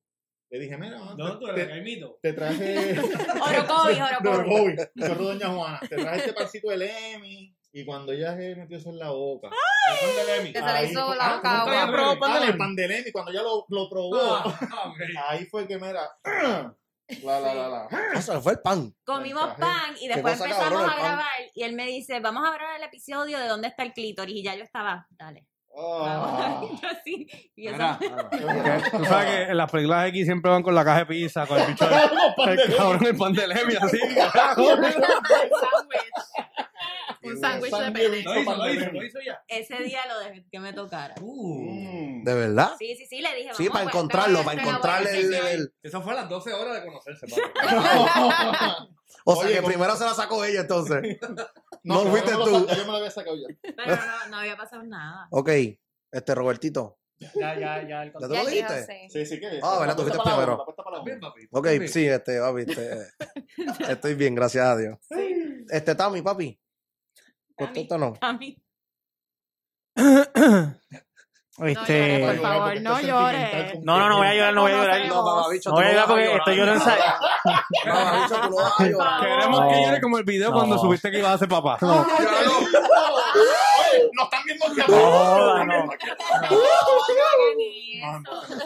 S6: Le dije, mira, mamá,
S3: ¿Dónde tú
S6: te-
S3: eres, Caimito?
S6: te traje.
S1: Orocovis, orocovis.
S6: Orocovi. Nosotros, doña Juana, te traje este pancito de Lemmy. Y cuando ella se metió eso en la boca. el pan de Lemmy,
S1: Ah, Que se le
S6: ahí
S1: hizo
S6: fue-
S1: la
S6: Ah,
S1: boca
S6: nunca había
S7: agua.
S6: probado pan de
S7: Ah,
S6: Lemmy. El pan de Lemmy, cuando ella lo, lo probó.
S3: Ah, ok.
S6: Ahí fue que mira. La, la, la, la.
S5: Eso fue el pan.
S1: Comimos pan y después
S5: cosa
S1: empezamos
S5: cabrona el
S1: a
S5: pan.
S1: grabar. Y él me dice, vamos a grabar el episodio de dónde está el clítoris. Y ya yo estaba, dale.
S6: Ah.
S1: Yo así, y eso-
S8: Mira, que Tú sabes que en las películas X siempre van con la caja de pizza, con el bicho de-
S6: Algo, pan de
S8: el cabrón el pan de levia, así.
S9: Un sándwich de
S6: Sándwich.
S9: pene.
S6: Lo hizo, lo hizo, lo
S3: ya.
S1: ese día lo dejé que me tocara.
S6: Mm.
S5: ¿De verdad?
S1: Sí, sí, sí, le dije.
S5: Sí,
S1: vamos,
S5: para
S1: pues,
S5: encontrarlo,
S1: pero-
S5: para
S1: pero
S5: encontrarle
S1: bueno,
S5: el...
S1: señor,
S5: el-
S3: Eso fue a las 12 horas de conocerse, padre.
S5: O sea,
S6: Oye,
S5: que
S6: con-
S5: primero se la sacó ella, entonces. No
S6: pero
S5: fuiste
S6: yo me lo
S5: tú.
S6: saqué, Yo me lo había sacado ya.
S1: Pero no, no había pasado nada.
S5: Ok, este Robertito.
S7: Ya, ya, ya. El
S5: ¿Ya
S7: contacto.
S5: te lo dijiste?
S6: Sí, sí, que.
S5: Ah, ¿verdad? Tú fuiste
S6: Apuesta para la
S5: primero.
S6: otra, apuesta para la otra.
S3: Bien, papi.
S5: Ok, sí, este, papi. este, eh, estoy bien, gracias a Dios. Este, Tami, papi. Contéstanos.
S1: A mí.
S9: No
S7: Este...
S9: llores,
S6: Voy a
S9: por
S6: llorar
S9: favor,
S6: porque
S9: no
S6: estoy sentimental
S9: llores.
S6: con
S7: No, no, no voy a llorar, no voy a
S9: No,
S7: llorar.
S9: no,
S7: No
S9: no.
S5: mamabicho,
S7: No voy a
S5: tú
S7: llorar
S5: vas
S7: porque
S5: llorar.
S7: estoy yo ensayo.
S5: Mamabicho, tú no vas a llorar.
S8: Queremos que llore como el video
S7: No.
S8: cuando subiste que ibas a ser papá.
S6: Oye, nos están viendo aquí atrás.
S7: No, no, no.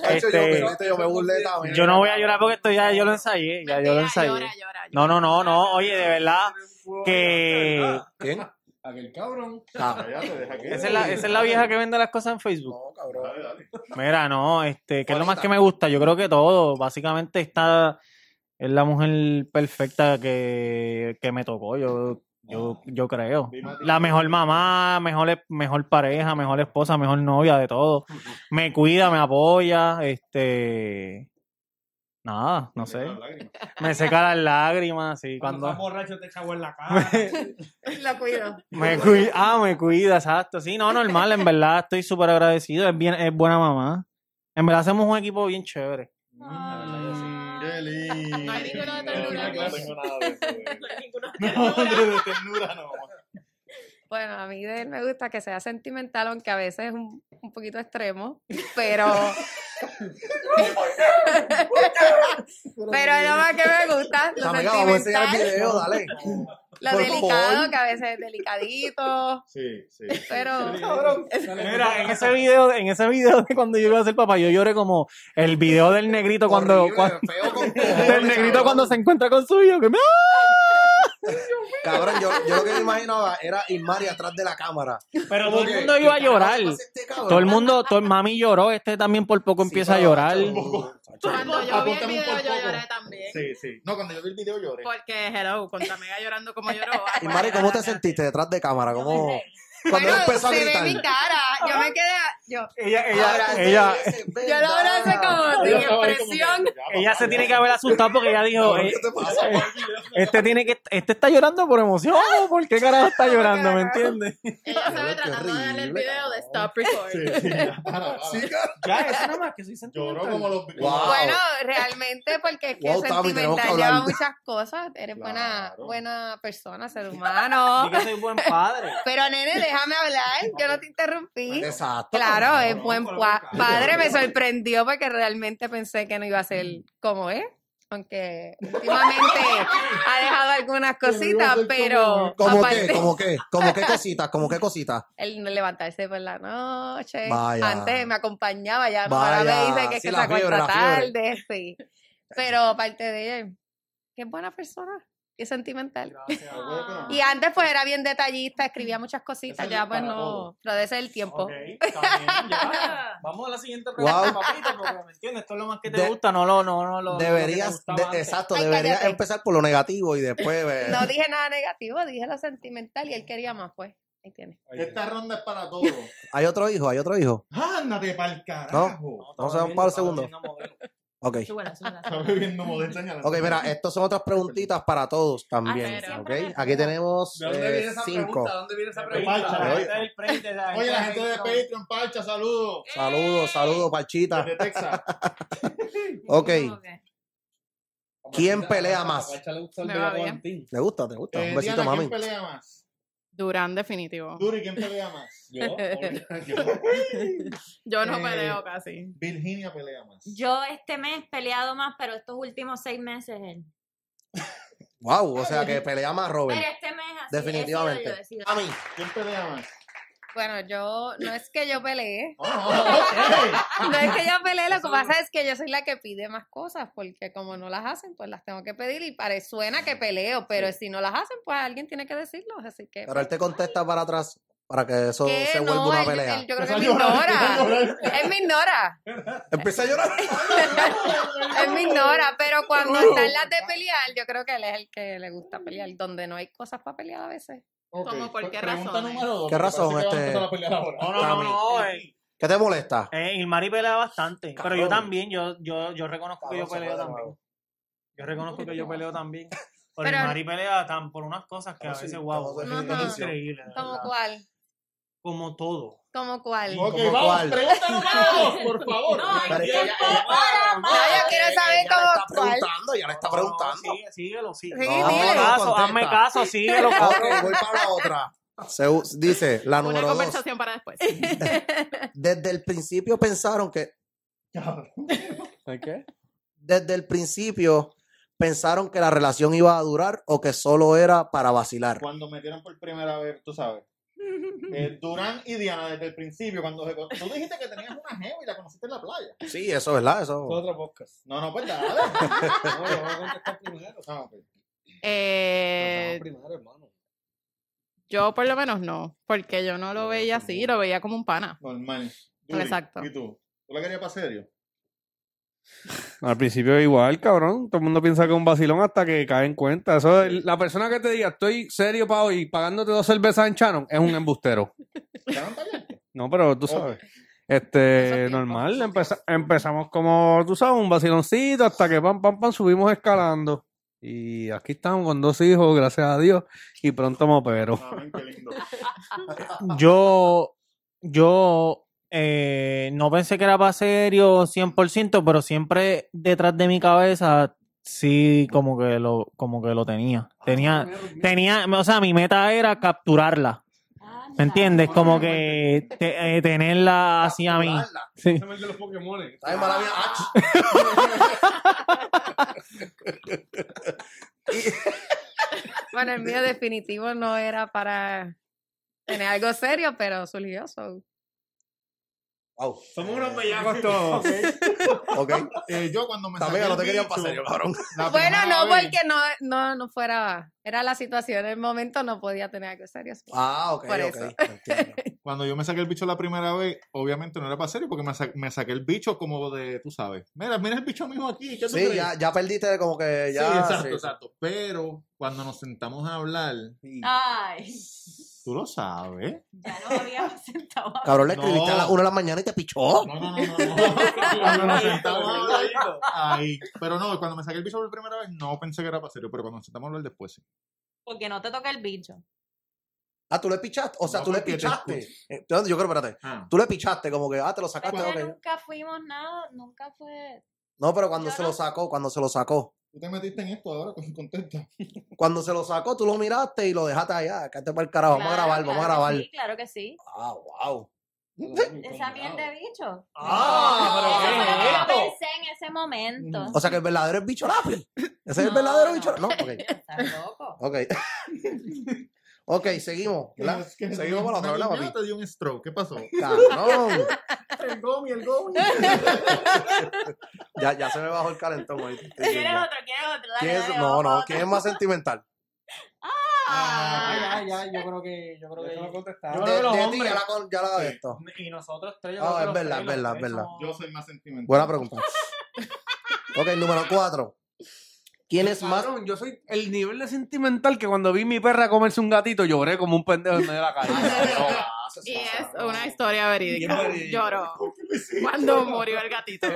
S5: Este, yo,
S7: Este-
S5: me- este, yo me burlé de Tami.
S7: Yo no voy a llorar porque esto ya yo lo ensayé. Ya yo lo
S9: Mentira,
S7: ensayé.
S9: llora, llora,
S7: No, no, no, no.
S9: llora.
S7: Oye, de verdad que
S5: ¿Quién?
S3: Aquel cabrón.
S5: Ah,
S6: Ya te deja que-
S7: esa es, la, esa es la vieja que vende las cosas en Facebook.
S5: no, cabrón.
S6: Dale, dale.
S7: Mira, no, este, que es lo más que me gusta. Yo creo que todo, básicamente está es la mujer perfecta que, que me tocó. Yo, yo, yo creo. La mejor mamá, mejor, mejor pareja, mejor esposa, mejor novia de todo. Me cuida, me apoya, este, nada, no sé. Me seca las lágrimas y
S3: Cuando
S7: cuando
S3: estás borracho te echaba en la cara.
S9: Lo cuido.
S7: me cuida, ah, me cuida, exacto. Sí, no, normal, en verdad estoy súper agradecido. Es bien, es buena mamá. En verdad hacemos un equipo bien chévere.
S6: Mm, Qué lindo.
S9: No hay ninguno de
S6: No,
S9: ternura aquí.
S6: no tengo nada de eso, güey. No, de ternura no.
S2: Bueno, a mí de él me gusta que sea sentimental, aunque a veces es un, un poquito extremo, pero... pero es lo más que me gusta, lo
S5: Tami, vamos a enseñar el
S2: sentimental,
S5: video, dale.
S2: lo
S5: por
S2: delicado,
S5: favor.
S2: que a veces es delicadito,
S6: Sí, sí.
S2: pero...
S7: Mira, en ese video, en ese video de cuando yo iba a ser papá, yo lloré como el video del negrito cuando,
S5: Horrible,
S7: cuando-
S5: feo con
S7: del
S5: cojones,
S7: negrito
S5: cabrón.
S7: cuando se encuentra con su hijo. que me- ¡ah!
S5: Cabrón, yo, yo lo que me imaginaba era Ismari atrás de la cámara.
S7: Pero todo el
S5: que-
S7: mundo iba a llorar.
S5: ¿Qué pasa este cabrón?
S7: Todo el mundo, todo, mami lloró, este también por poco
S5: Sí,
S7: empieza a
S5: pero,
S7: llorar.
S5: chacho, chacho.
S9: Cuando yo vi el
S6: Apúntame un
S9: video, yo
S6: poco.
S9: lloré también.
S6: Sí, sí. No, cuando yo vi el video lloré.
S9: Porque, hello, con Tamega llorando como lloró.
S5: Y Mari, ¿cómo te sentiste detrás de cámara?
S1: pues,
S5: ¿Cómo? Cuando él
S2: Bueno,
S5: empezó a
S2: se ve
S5: gritar.
S2: mi cara, yo me quedé... a- Yo,
S7: Ella,
S5: Ahora
S7: ella,
S5: sí,
S7: ella,
S5: es
S2: yo lo
S5: verdad.
S2: abracé como sin
S6: Yo estaba ahí como que,
S2: expresión.
S6: ya,
S7: ella
S6: papá,
S7: se
S6: ya.
S7: tiene que haber asustado porque ella dijo,
S5: Cabrón,
S7: eh,
S5: ¿Qué te pasa?
S7: este tiene que, este está llorando por emoción, ¿o ¿por qué carajo está llorando? ¿Me entiendes?
S9: Ella se
S5: Qué
S9: ve tratando de darle el
S5: horrible,
S9: video de Stop Record.
S6: Sí, sí, ya, para, para.
S7: Ya, eso nada más que soy
S6: Lloró como los
S5: Wow.
S2: Bueno, realmente porque es que
S5: Wow, Tami, tenemos que
S2: sentimental
S5: hablar.
S2: lleva muchas cosas. Eres buena,
S6: Claro.
S2: buena persona, ser humano.
S7: que soy buen padre.
S2: Pero nene, déjame hablar, yo no te interrumpí.
S5: Exacto.
S2: Claro, eh. es buen
S3: por
S2: pua-
S3: acá.
S2: padre, me sorprendió porque realmente pensé que no iba a ser
S5: Mm.
S2: como es. Aunque últimamente ha dejado algunas cositas, pero
S5: ¿Cómo
S2: aparte,
S5: qué? ¿Cómo qué? ¿Cómo qué cositas? ¿Cómo qué cositas?
S2: el no levantarse por la noche.
S5: Vaya.
S2: Antes me acompañaba, ya no, ahora
S5: Vaya,
S2: me dice que es
S5: sí,
S2: que
S5: la
S2: se acuesta
S5: fiebre, la fiebre.
S2: tarde, sí. Pero aparte de él, qué buena persona, qué sentimental. Y antes pues era bien detallista, escribía muchas cositas,
S6: Eso es
S2: ya pues
S6: para
S2: no,
S6: todo.
S2: pero de ese es el tiempo.
S7: Vamos a la siguiente
S5: pregunta, Wow.
S7: papito, porque me entiendes, esto es lo más que
S5: te De-
S7: gusta, no lo, no, no lo.
S5: Deberías, de- exacto,
S2: Ay,
S5: deberías
S2: cállate.
S5: empezar por lo negativo y después. eh,
S2: No dije nada negativo, dije lo sentimental y él quería más pues. Ahí tiene.
S6: Esta ronda es para todos.
S5: Hay otro hijo, hay otro hijo.
S6: Ándate pa'l carajo.
S5: Vamos a dar un par de segundos. Ok.
S1: Súbela, súbela.
S6: Está bebiendo modesta en
S5: Ok, mira, eh. estas son otras preguntitas para todos también.
S9: Hacer
S5: ok.
S1: siempre-
S5: Aquí tenemos
S3: ¿De dónde
S5: eh,
S3: viene esa
S5: cinco.
S3: pregunta? ¿De ¿Dónde viene esa
S6: Parcha,
S3: pregunta?
S5: Oye.
S6: Oye, la gente de Patreon, Parcha, saludos.
S5: Saludos, saludos, Parchita.
S6: Desde Texas.
S5: Ok.
S1: Ok.
S5: ¿Quién pelea más?
S3: Parcha le gusta el
S9: Me
S3: video
S9: va bien.
S3: Valentín.
S5: ¿Te gusta? ¿Te gusta?
S6: Eh,
S5: Un besito,
S6: Diana,
S5: mami.
S6: ¿quién pelea más?
S9: Durán, definitivo.
S6: Duri, ¿quién pelea más?
S3: Yo, obvio, yo.
S9: Yo no
S6: Eh,
S9: peleo casi.
S6: Virginia pelea más.
S1: Yo este mes he peleado más, pero estos últimos seis meses él.
S5: Wow, o sea que pelea más Robert.
S1: Pero este mes así, he
S5: Definitivamente.
S1: sido yo, he sido yo.
S5: A mí.
S6: ¿Quién pelea más?
S2: Bueno, yo no es que yo peleé,
S6: Ah, ok.
S2: no es que yo peleé, lo que pasa es que yo soy la que pide más cosas porque como no las hacen, pues las tengo que pedir y pare, suena que peleo, pero si no las hacen, pues alguien tiene que decirlo, así que
S5: Pero él te contesta para atrás. para que eso
S2: ¿Qué?
S5: se vuelva
S2: No,
S5: una
S2: él-
S5: pelea.
S2: él- yo creo que él me ignora. Él me ignora.
S5: Empieza a llorar.
S2: Él me ignora, pero cuando está en las de pelear, yo creo que él es el que le gusta pelear, donde no hay cosas para pelear a veces.
S9: Como por qué
S6: pues Pregunta
S9: razón. eh.
S6: número dos.
S5: ¿Qué
S6: porque
S5: razón,
S6: parece que
S5: este?
S6: vamos a empezar a pelear ahora.
S7: No, no, no, no. Eh,
S5: ¿Qué te molesta?
S7: eh, Ilmari pelea bastante.
S5: Cabrón.
S7: Pero yo también, yo, yo, yo reconozco que yo
S5: Cabrón, se
S7: peleo
S5: fue de
S7: también.
S5: nuevo.
S7: Yo reconozco que yo peleo también. Pero
S2: Pero-
S7: Ilmari pelea tan por unas cosas que a
S5: Estamos
S7: veces,
S5: sin-
S7: wow,
S5: estamos
S7: es
S5: sin
S2: definición.
S7: increíble. de
S2: ¿Cómo
S7: verdad.
S2: cuál?
S7: Como todo.
S2: ¿Cómo cuál?
S6: Ok,
S5: ¿Cómo
S6: vamos,
S5: cuál?
S6: pregunta número dos, por favor.
S1: No, hay
S6: Ya, ya,
S1: tiempo
S6: ya, ya.
S1: para
S2: No,
S1: más.
S2: yo quiero saber
S5: Ella le
S2: cómo
S5: está
S2: cuál.
S5: preguntando, ella le está
S7: No, no,
S5: preguntando.
S7: sigue- síguelo, síguelo.
S2: Sí,
S5: No,
S2: dile.
S5: no,
S7: Caso,
S5: contesta.
S7: hazme caso, síguelo. cabrón.
S5: Ok, voy para la otra. Se us- dice la
S9: Una
S5: número dos.
S9: conversación para después.
S5: Desde el principio pensaron que
S8: ¿Qué?
S5: desde el principio pensaron que la relación iba a durar o que solo era para vacilar.
S6: Cuando metieron por primera vez, tú sabes. Eh, Durán y Diana, desde el principio, cuando se... Tú dijiste que tenías una jeva y la conociste en la playa.
S5: Sí, eso es verdad, eso.
S3: Fue otra podcast.
S6: No, no, pues dale. No, yo voy a contestar.
S3: Está primero.
S6: Ah, ok.
S9: Eh,
S3: Estamos primero, hermano.
S9: yo por lo menos no, porque yo no lo veía así, lo veía como un pana.
S6: Normal.
S9: Exacto.
S6: ¿Y tú? ¿Tú la querías para serio?
S8: Al principio igual, cabrón. Todo el mundo piensa que es un vacilón hasta que cae en cuenta. Eso, es- la persona que te diga, estoy serio para hoy, pagándote dos cervezas en Shannon, es un embustero. Oh.
S6: ¿Estaban para allá?
S8: No, pero tú sabes. Este, normal. empeza- empezamos como, tú sabes, un vaciloncito hasta que pam, pam, pam, subimos escalando. Y aquí estamos con dos hijos, gracias a Dios. Y pronto me opero.
S6: Amén, Ah, qué lindo.
S9: Pues
S7: Ah, Yo, yo eh, no pensé que era para serio 100%, pero siempre detrás de mi cabeza sí como que lo, como que lo tenía. Tenía, tenía, o sea, mi meta era capturarla. ¿Me entiendes? Como que te- eh, tenerla así a mí. Sí.
S3: Ese es el de los Pokémon.
S5: Ay, mala mía.
S6: Ah.
S5: ach.
S2: Bueno, el mío definitivo no era para tener algo serio, pero surgió. so.
S5: Wow. Eh,
S3: Somos unos bellacos todos.
S5: Ok.
S6: Eh, yo cuando me
S5: Pues También no te querían
S6: bicho,
S5: pasar yo, cabrón.
S6: la
S2: Bueno,
S6: primera
S2: no,
S6: vez-
S2: porque no, no, no fuera, era la situación, en el momento no podía tener algo serio. so.
S5: Ah, ok,
S2: Por
S5: ok.
S2: eso.
S5: Entiendo.
S6: Cuando yo me saqué el bicho la primera vez, obviamente no era para serio, porque me, sa- me saqué el bicho como de, tú sabes, mira, mira el bicho mío aquí, ¿qué tú
S5: Sí,
S6: crees?
S5: ya, ya perdiste como que ya.
S6: sí, exacto,
S5: sí.
S6: exacto. Pero cuando nos sentamos a hablar,
S1: Ay,
S6: tú lo sabes.
S1: ya no había sentado. a-
S5: Cabrón, le escribiste
S6: No.
S5: a las 1 de la mañana y te pichó.
S6: No, no, no, no. no. Cuando nos sentamos a hablar, ahí. Pero no, cuando me saqué el bicho por primera vez, no pensé que era para serio, pero cuando nos sentamos a hablar después, sí.
S1: Porque no te toca el bicho.
S5: Ah, tú le pichaste. O sea,
S6: No,
S5: tú le
S6: porque te
S5: pichaste. Entonces, yo creo, espérate.
S6: Ah.
S5: Tú le pichaste, como que, ah, te lo sacaste.
S1: Pero
S5: ok.
S1: Este nunca fuimos nada, nunca fue.
S5: No, pero cuando
S1: Yo
S5: se
S1: no.
S5: lo sacó, cuando se lo sacó.
S6: Tú te metiste en esto ahora, con- contenta.
S5: Cuando se lo sacó, tú lo miraste y lo dejaste allá. Cállate para el carajo. Vamos a
S1: Claro,
S5: grabar, vamos a
S1: claro que
S5: grabar.
S1: Sí, claro que sí.
S5: Ah, wow.
S1: Esa miel de bicho.
S5: Ah,
S1: Eso fue lo que yo
S3: pero ¿qué es
S1: pensé en ese momento.
S5: O sea que el verdadero es bicho lápiz. Ese es el
S1: No,
S5: verdadero
S1: no.
S5: bicho No, ok.
S1: Estás loco.
S5: Ok. ok, seguimos. ¿verdad?
S6: Es que
S5: Seguimos con la otra,
S6: me
S5: ¿verdad,
S6: durmió,
S5: papi?
S6: te dio un stroke, ¿qué pasó?
S5: Cabrón.
S6: El gomi, el gomi.
S5: Ya, ya se me bajó el calentón ahí. Estoy bien,
S1: ¿Quieres
S5: ya.
S1: otro? ¿Quieres otro? Dale,
S5: ¿Quién es-
S1: dale,
S5: No,
S1: vamos a
S5: no,
S1: otro.
S5: ¿quién es más sentimental?
S1: Ah,
S7: ya, ya, yo creo que, yo creo
S3: Yo no
S7: Yo
S5: De,
S7: creo que los
S5: de ti
S7: hombres.
S5: ya la, con- ya la de esto.
S7: Y nosotros tres. yo
S5: Ah,
S7: creo que
S5: es
S7: los
S5: verdad, es
S7: tres, los
S5: verdad,
S7: tres
S5: es verdad.
S7: somos-
S6: Yo soy más sentimental.
S5: Buena pregunta. Ok, número cuatro. ¿Quién es más?
S8: Cabrón, yo soy el nivel de sentimental que cuando vi mi perra comerse un gatito lloré como un pendejo en medio de la calle.
S9: Y es una historia verídica. Lloró cuando murió el gatito.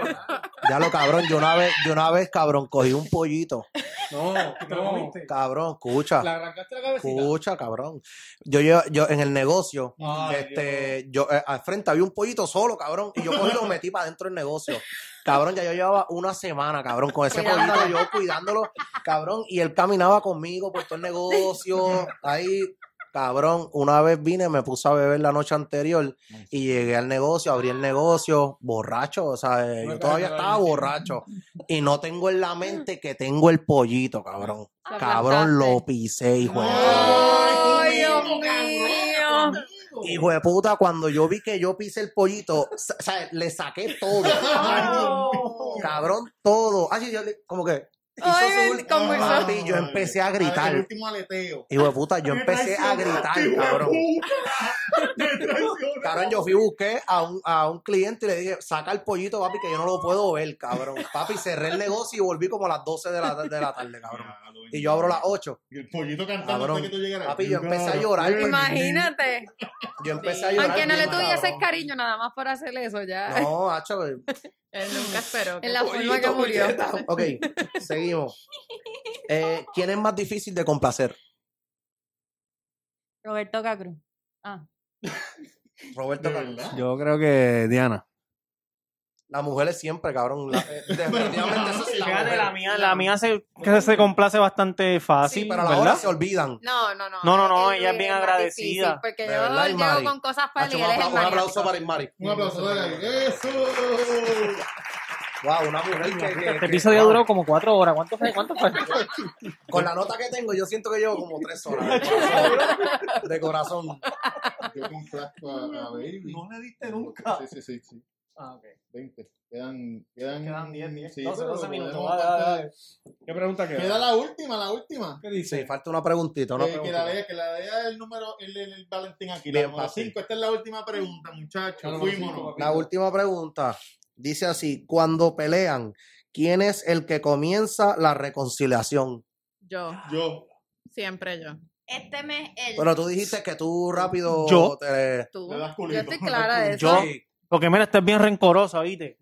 S5: Ya lo cabrón, yo una vez, yo una vez, cabrón, cogí un pollito.
S8: No, no.
S5: Cabrón, escucha.
S8: La arrancaste la cabecita.
S5: Escucha, cabrón. Yo, yo, yo en el negocio,
S8: Ay,
S5: este, yo eh, al frente había un pollito solo, cabrón, y yo cogí y lo metí para dentro del negocio. Cabrón, ya yo llevaba una semana, cabrón, con ese pollito
S2: Cuidándolo.
S5: yo cuidándolo, cabrón, y él caminaba conmigo por todo el negocio, ahí, cabrón, una vez vine, me puse a beber la noche anterior y llegué al negocio, abrí el negocio, borracho, o sea, eh, yo todavía estaba borracho y no tengo en la mente que tengo el pollito, cabrón. Cabrón, lo pisé, hijo de
S2: ¡Ay, Dios mío!
S5: Hijo de puta, cuando yo vi que yo pisé el pollito, sa- o sea, le saqué todo. Cabrón, todo. Así Ah, yo le- como que,
S2: Ay,
S5: hizo su
S2: como
S5: último
S2: hizo.
S5: papi, yo empecé a gritar.
S6: El último aleteo.
S5: Hijo de puta, yo empecé a gritar, cabrón. Cabrón, yo fui y busqué a un, a un cliente y le dije, saca el pollito, papi, que yo no lo puedo ver, cabrón. Papi, cerré el negocio y volví como a las 12 de la, de la tarde, cabrón. Y yo abro las 8.
S6: Y el pollito cantando
S5: Cabrón,
S6: hasta que tú llegaras.
S5: papi, yo empecé a llorar.
S2: Imagínate.
S5: Yo empecé a llorar.
S2: Aunque no le
S5: bien,
S2: tuvieses
S5: cabrón.
S2: cariño nada más por hacer eso ya.
S5: No, hacho. eh,
S9: Él nunca esperó.
S2: En la forma que murió.
S5: puñeta. Ok, seguimos. Eh, ¿Quién es más difícil de complacer?
S10: Roberto Cacruz.
S11: Mm.
S5: Roberto Carlos.
S8: Yo creo que Diana.
S5: Las mujeres siempre, cabrón. La- eh, definitivamente eso sí.
S11: Fíjate,
S5: mujer.
S11: la mía, la mía se, que se complace bastante fácil,
S5: Sí, pero a la hora
S11: ¿verdad?
S5: se olvidan.
S2: No, no, no.
S11: No, no,
S2: creo
S11: no,
S2: que
S11: ella es bien
S2: más
S11: agradecida.
S2: difícil, Porque
S5: De
S2: yo
S5: verdad,
S2: llego
S5: Mari.
S2: con cosas para él
S5: Hacho,
S2: y
S5: un,
S2: él es el
S5: aplauso, un
S2: marido.
S5: aplauso para Ismari.
S6: Un aplauso. dale. ¡Eso!
S5: Wow, una mujer que, que-
S11: Este
S5: que-
S11: episodio
S5: wow.
S11: duró como cuatro horas. ¿Cuánto fue? ¿Cuánto fue?
S5: Con la nota que tengo, yo siento que llevo como tres horas. De corazón.
S6: Yo complazco a, a Baby.
S11: No le diste
S6: Sí, sí, sí. sí.
S11: Ah, ok.
S6: 20. Quedan, quedan,
S11: Quedan 10, 10.
S6: Sí,
S11: 12,
S6: pero
S11: 12 minutos.
S6: podemos
S11: Dale,
S6: contar-
S11: dale,
S8: ¿Qué pregunta
S6: Queda la última, la última.
S8: ¿Qué
S5: Sí,
S8: dice?
S5: falta una preguntita. Una
S6: Eh, que
S5: preguntita.
S6: la vea, que la vea el número, el, el- el Valentín aquí.
S5: Bien,
S6: la número
S5: papi.
S6: 5. Esta es la última pregunta, muchachos. Fuímonos.
S5: La última pregunta dice así: Cuando pelean, ¿quién es el que comienza la reconciliación?
S9: Yo,
S6: Yo.
S9: siempre yo.
S1: Este mes el
S5: Pero tú dijiste que tú rápido.
S11: Yo.
S5: te-
S9: Tú.
S6: Le das culito.
S2: Yo estoy clara de eso.
S11: Yo, porque mira, estás bien rencorosa, ¿viste?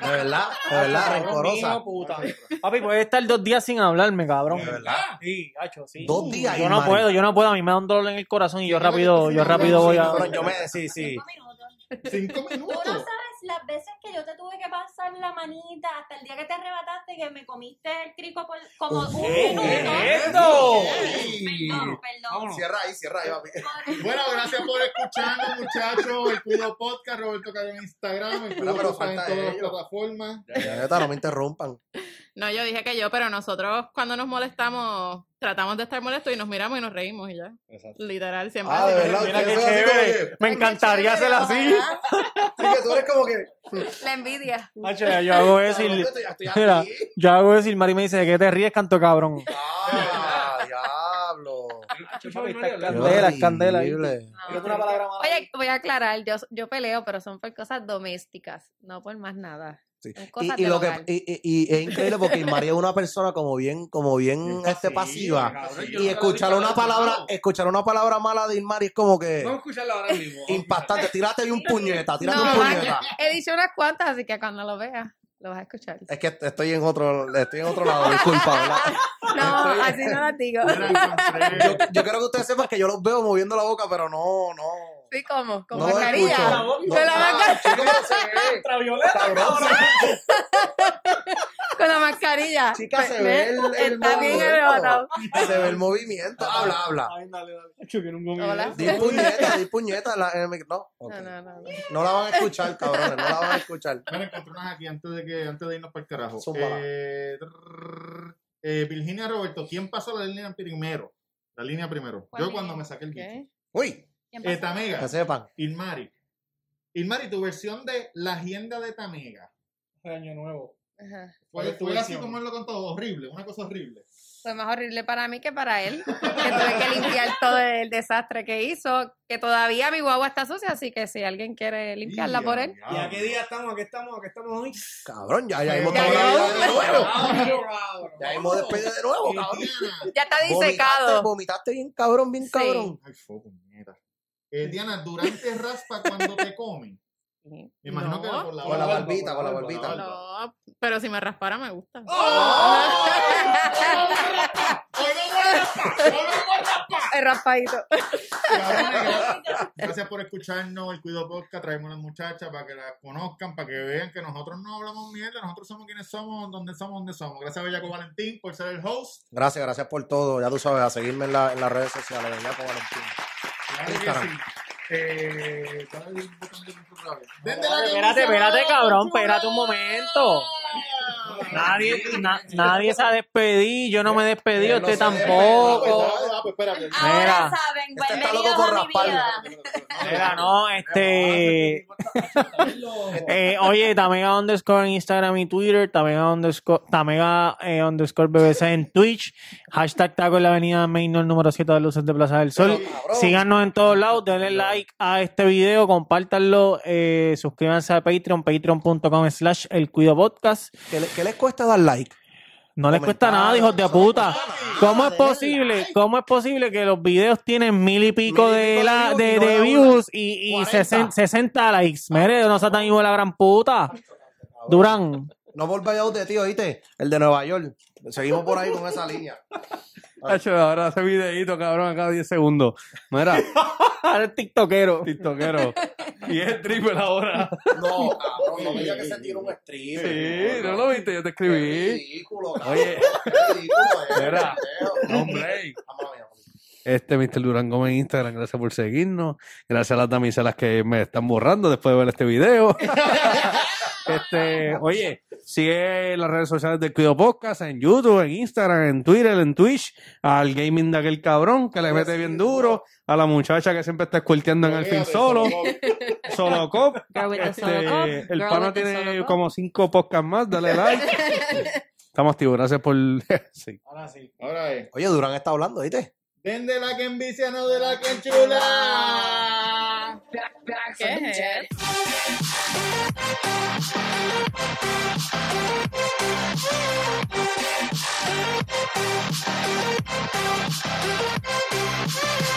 S5: De verdad, de verdad, rencorosa.
S11: Hijo puta. Papi, puedes estar dos días sin hablarme, cabrón.
S5: De verdad.
S11: Sí, hacho, sí.
S5: Dos días.
S11: Yo no
S5: Ismari.
S11: puedo, yo no puedo. A mí me da un dolor en el corazón y yo
S6: Sí, yo
S11: rápido,
S6: sí,
S11: yo
S6: sí,
S11: rápido
S6: sí,
S11: voy a...
S6: sí,
S5: Cabrón, yo me. Sí, sí.
S1: cinco minutos.
S6: Cinco
S1: Tú no
S6: minutos.
S1: sabes las veces que yo te tuve que pasar la manita hasta el día que te arrebataste que me comiste el crico por como un minuto.
S11: ¡Eso!
S1: Perdón, perdón.
S5: Cierra ahí, cierra ahí, papi.
S6: Bueno, gracias por escucharnos, muchachos. El Cuido Podcast, Roberto Cagón en Instagram, el Cuido
S5: pero
S6: Podcast en
S5: falta
S6: todas las
S5: ellos.
S6: plataformas.
S5: Neta, no me interrumpan.
S9: No, yo dije que yo, pero nosotros cuando nos molestamos, tratamos de estar molestos y nos miramos y nos reímos y ya. Literal, siempre.
S5: Ah,
S9: así.
S5: de verdad.
S11: Mira
S5: ustedes
S11: qué
S5: son así como que-
S11: chévere. Me encantaría hacer así.
S5: Sí, que tú eres como que.
S2: La envidia.
S11: Hacho, yo hago eso y...
S5: "Cabrón, estoy aquí".
S11: Mira, yo hago eso y el Mari me dice, ¿de qué te ríes, canto cabrón?
S5: Ah, diablo.
S11: Candela, candela. ahí.
S5: Horrible.
S2: Oye, voy a aclarar, yo, yo peleo, pero son por cosas domésticas, no por más nada.
S5: Sí.
S2: Son
S5: Y,
S2: cosas
S5: y
S2: del
S5: lo que,
S2: hogar.
S5: y, y- y es increíble porque María es una persona como bien, como bien, este, pasiva. Y escuchar una palabra, escuchar una palabra mala de Ilmari es como que
S3: Vamos a escucharla ahora mismo.
S5: impactante. Tírate de un puñeta, tírate
S2: No,
S5: un puñeta.
S2: María, he dicho unas cuantas, así que cuando lo vea, lo vas a escuchar.
S5: Es que estoy en otro, estoy en otro lado, disculpa, ¿verdad?
S2: No,
S5: Estoy-
S2: así no las digo.
S5: Yo, yo quiero que ustedes sepan que yo los veo moviendo la boca, pero no, no.
S2: Sí, como, con
S5: No lo
S2: mascarilla.
S5: escucho. No,
S2: Con la
S5: ah,
S2: masca-
S5: chico, pero se ve. Cabrón, se
S2: Con la mascarilla. Pues,
S5: Chica, se
S2: Ve-
S5: ve el- el
S2: Está bien
S5: movimiento.
S2: arrebatado.
S5: Se ve el movimiento. Habla, habla.
S2: Hola.
S5: Di puñeta, di puñeta. la- en el mic- no, ok.
S2: No, no, no. no.
S5: No la van a escuchar, cabrones. No la van a escuchar.
S6: Mira, encontré unas aquí antes de, que, antes de irnos para el carajo.
S5: Zúmbala.
S6: Eh, trrr, eh, Virginia Roberto, ¿quién pasó la línea primero? La línea primero.
S1: ¿Cuál
S6: Yo
S1: línea?
S6: cuando me saqué el bicho.
S2: Ok.
S5: Uy,
S1: ¿Quién
S6: Eh,
S1: pasó?
S6: Tamega,
S5: que sepan.
S6: Ilmari. Ilmari, tu versión de la agenda de Tamega.
S3: año nuevo.
S2: Ajá.
S6: Fue,
S3: es tu
S6: fue así
S3: versión?
S6: como él lo contó, horrible, una cosa horrible.
S2: Fue más horrible para mí que para él. Que tuve que limpiar todo el desastre que hizo. Que todavía mi guagua está sucia, así que si alguien quiere limpiarla por él.
S3: ¿Y a qué día estamos? ¿A qué estamos? ¿A qué estamos hoy?
S5: Cabrón, ya, ya hemos
S6: Ya
S5: despedido
S2: llegó.
S5: de nuevo.
S3: Cabrón.
S5: Ya hemos despedido de
S6: Oh,
S5: nuevo, cabrón.
S6: Diana.
S2: Ya está
S5: Vomitaste,
S2: disecado.
S5: vomitaste bien, cabrón, bien,
S2: Sí.
S5: cabrón.
S6: Ay, fo, puñeta. Eh, Diana, durante raspa cuando te comen. Me imagino
S9: No.
S6: que por la,
S5: Con la
S6: barba,
S5: barbita, con la
S6: barba,
S5: barbita.
S6: barba.
S9: No, pero si me raspara me gusta.
S5: ¡Oh!
S2: El raspadito.
S6: Cabrones, gra- Gracias por escucharnos. El Cuido Podcast traemos a las muchachas para que las conozcan, para que vean que nosotros no hablamos mierda, nosotros somos quienes somos, donde somos, donde somos. Gracias a Bellaco Valentín por ser el host.
S5: Gracias, gracias por todo. Ya tú sabes, a seguirme en, la- en las redes sociales. ¿verdad, con Valentín?
S6: Claro que sí. Eh, dale el botón de control otra vez. Denle la
S11: Espérate,
S6: camisa,
S11: espérate,
S6: vamos,
S11: cabrón,
S6: chula.
S11: espérate un momento.
S6: Ah,
S7: Nadie, na- nadie se ha despedido, yo no me he despedido,
S6: no
S7: usted
S6: se ha
S7: Este tampoco.
S6: Ah, pues,
S1: Ahora
S7: Mira,
S1: saben,
S2: este
S1: bienvenidos a mi vida.
S7: mira, no, este. Eh, oye, Tamega underscore en Instagram y Twitter, Tamega underscore, Tamega eh, underscore BBC en Twitch, hashtag Taco en la avenida Main, no el número 7 de Luces de Plaza del Sol. Síganos en todos lados, denle like a este video, compártanlo, eh, suscríbanse a Patreon, patreon.com slash el cuido podcast.
S5: ¿Qué, le- qué les cuesta dar like?
S7: No les cuesta nada, hijos de puta. ¿Cómo es posible? ¿Cómo es posible que los videos tienen mil y pico de, la, de, de views y, y 60, 60 likes? Mere, no sea tan hijo de la gran puta. Durán.
S5: No por Valladolid, tío, ¿oíste? El de Nueva York. Seguimos por ahí con esa línea.
S8: Hacho, ahora ese videito, cabrón, acá 10 segundos. Mira.
S7: ahora es tiktokero.
S8: Tiktokero. Y es triple ahora.
S5: No, cabrón, no me digas que se tiró un strip.
S8: Sí, no lo viste, yo te escribí.
S5: Ridículo, cabrón.
S8: Oye,
S5: Qué ridículo eh, es.
S8: Mira. hombre. Este Mr. Durán Gómez en Instagram, gracias por seguirnos. Gracias a las damiselas que me están borrando después de ver este video. este, oye, sigue las redes sociales del Cuido Podcast, en YouTube, en Instagram, en Twitter, en Twitch, al gaming de aquel cabrón que le mete bien duro, a la muchacha que siempre está esculteando en el film solo, solo cop.
S1: Girl with the
S8: Este,
S1: solo cup,
S8: el
S1: girl
S8: pana
S1: with the solo
S8: tiene
S1: cup.
S8: como cinco podcasts más, dale like. Estamos activos, gracias por... sí.
S6: Ahora sí. Ahora es.
S5: Oye, Durán está hablando, ¿oíste?
S6: Den de la que envicia, no de la que enchula.
S9: ¿Qué es esto?
S4: Thank you.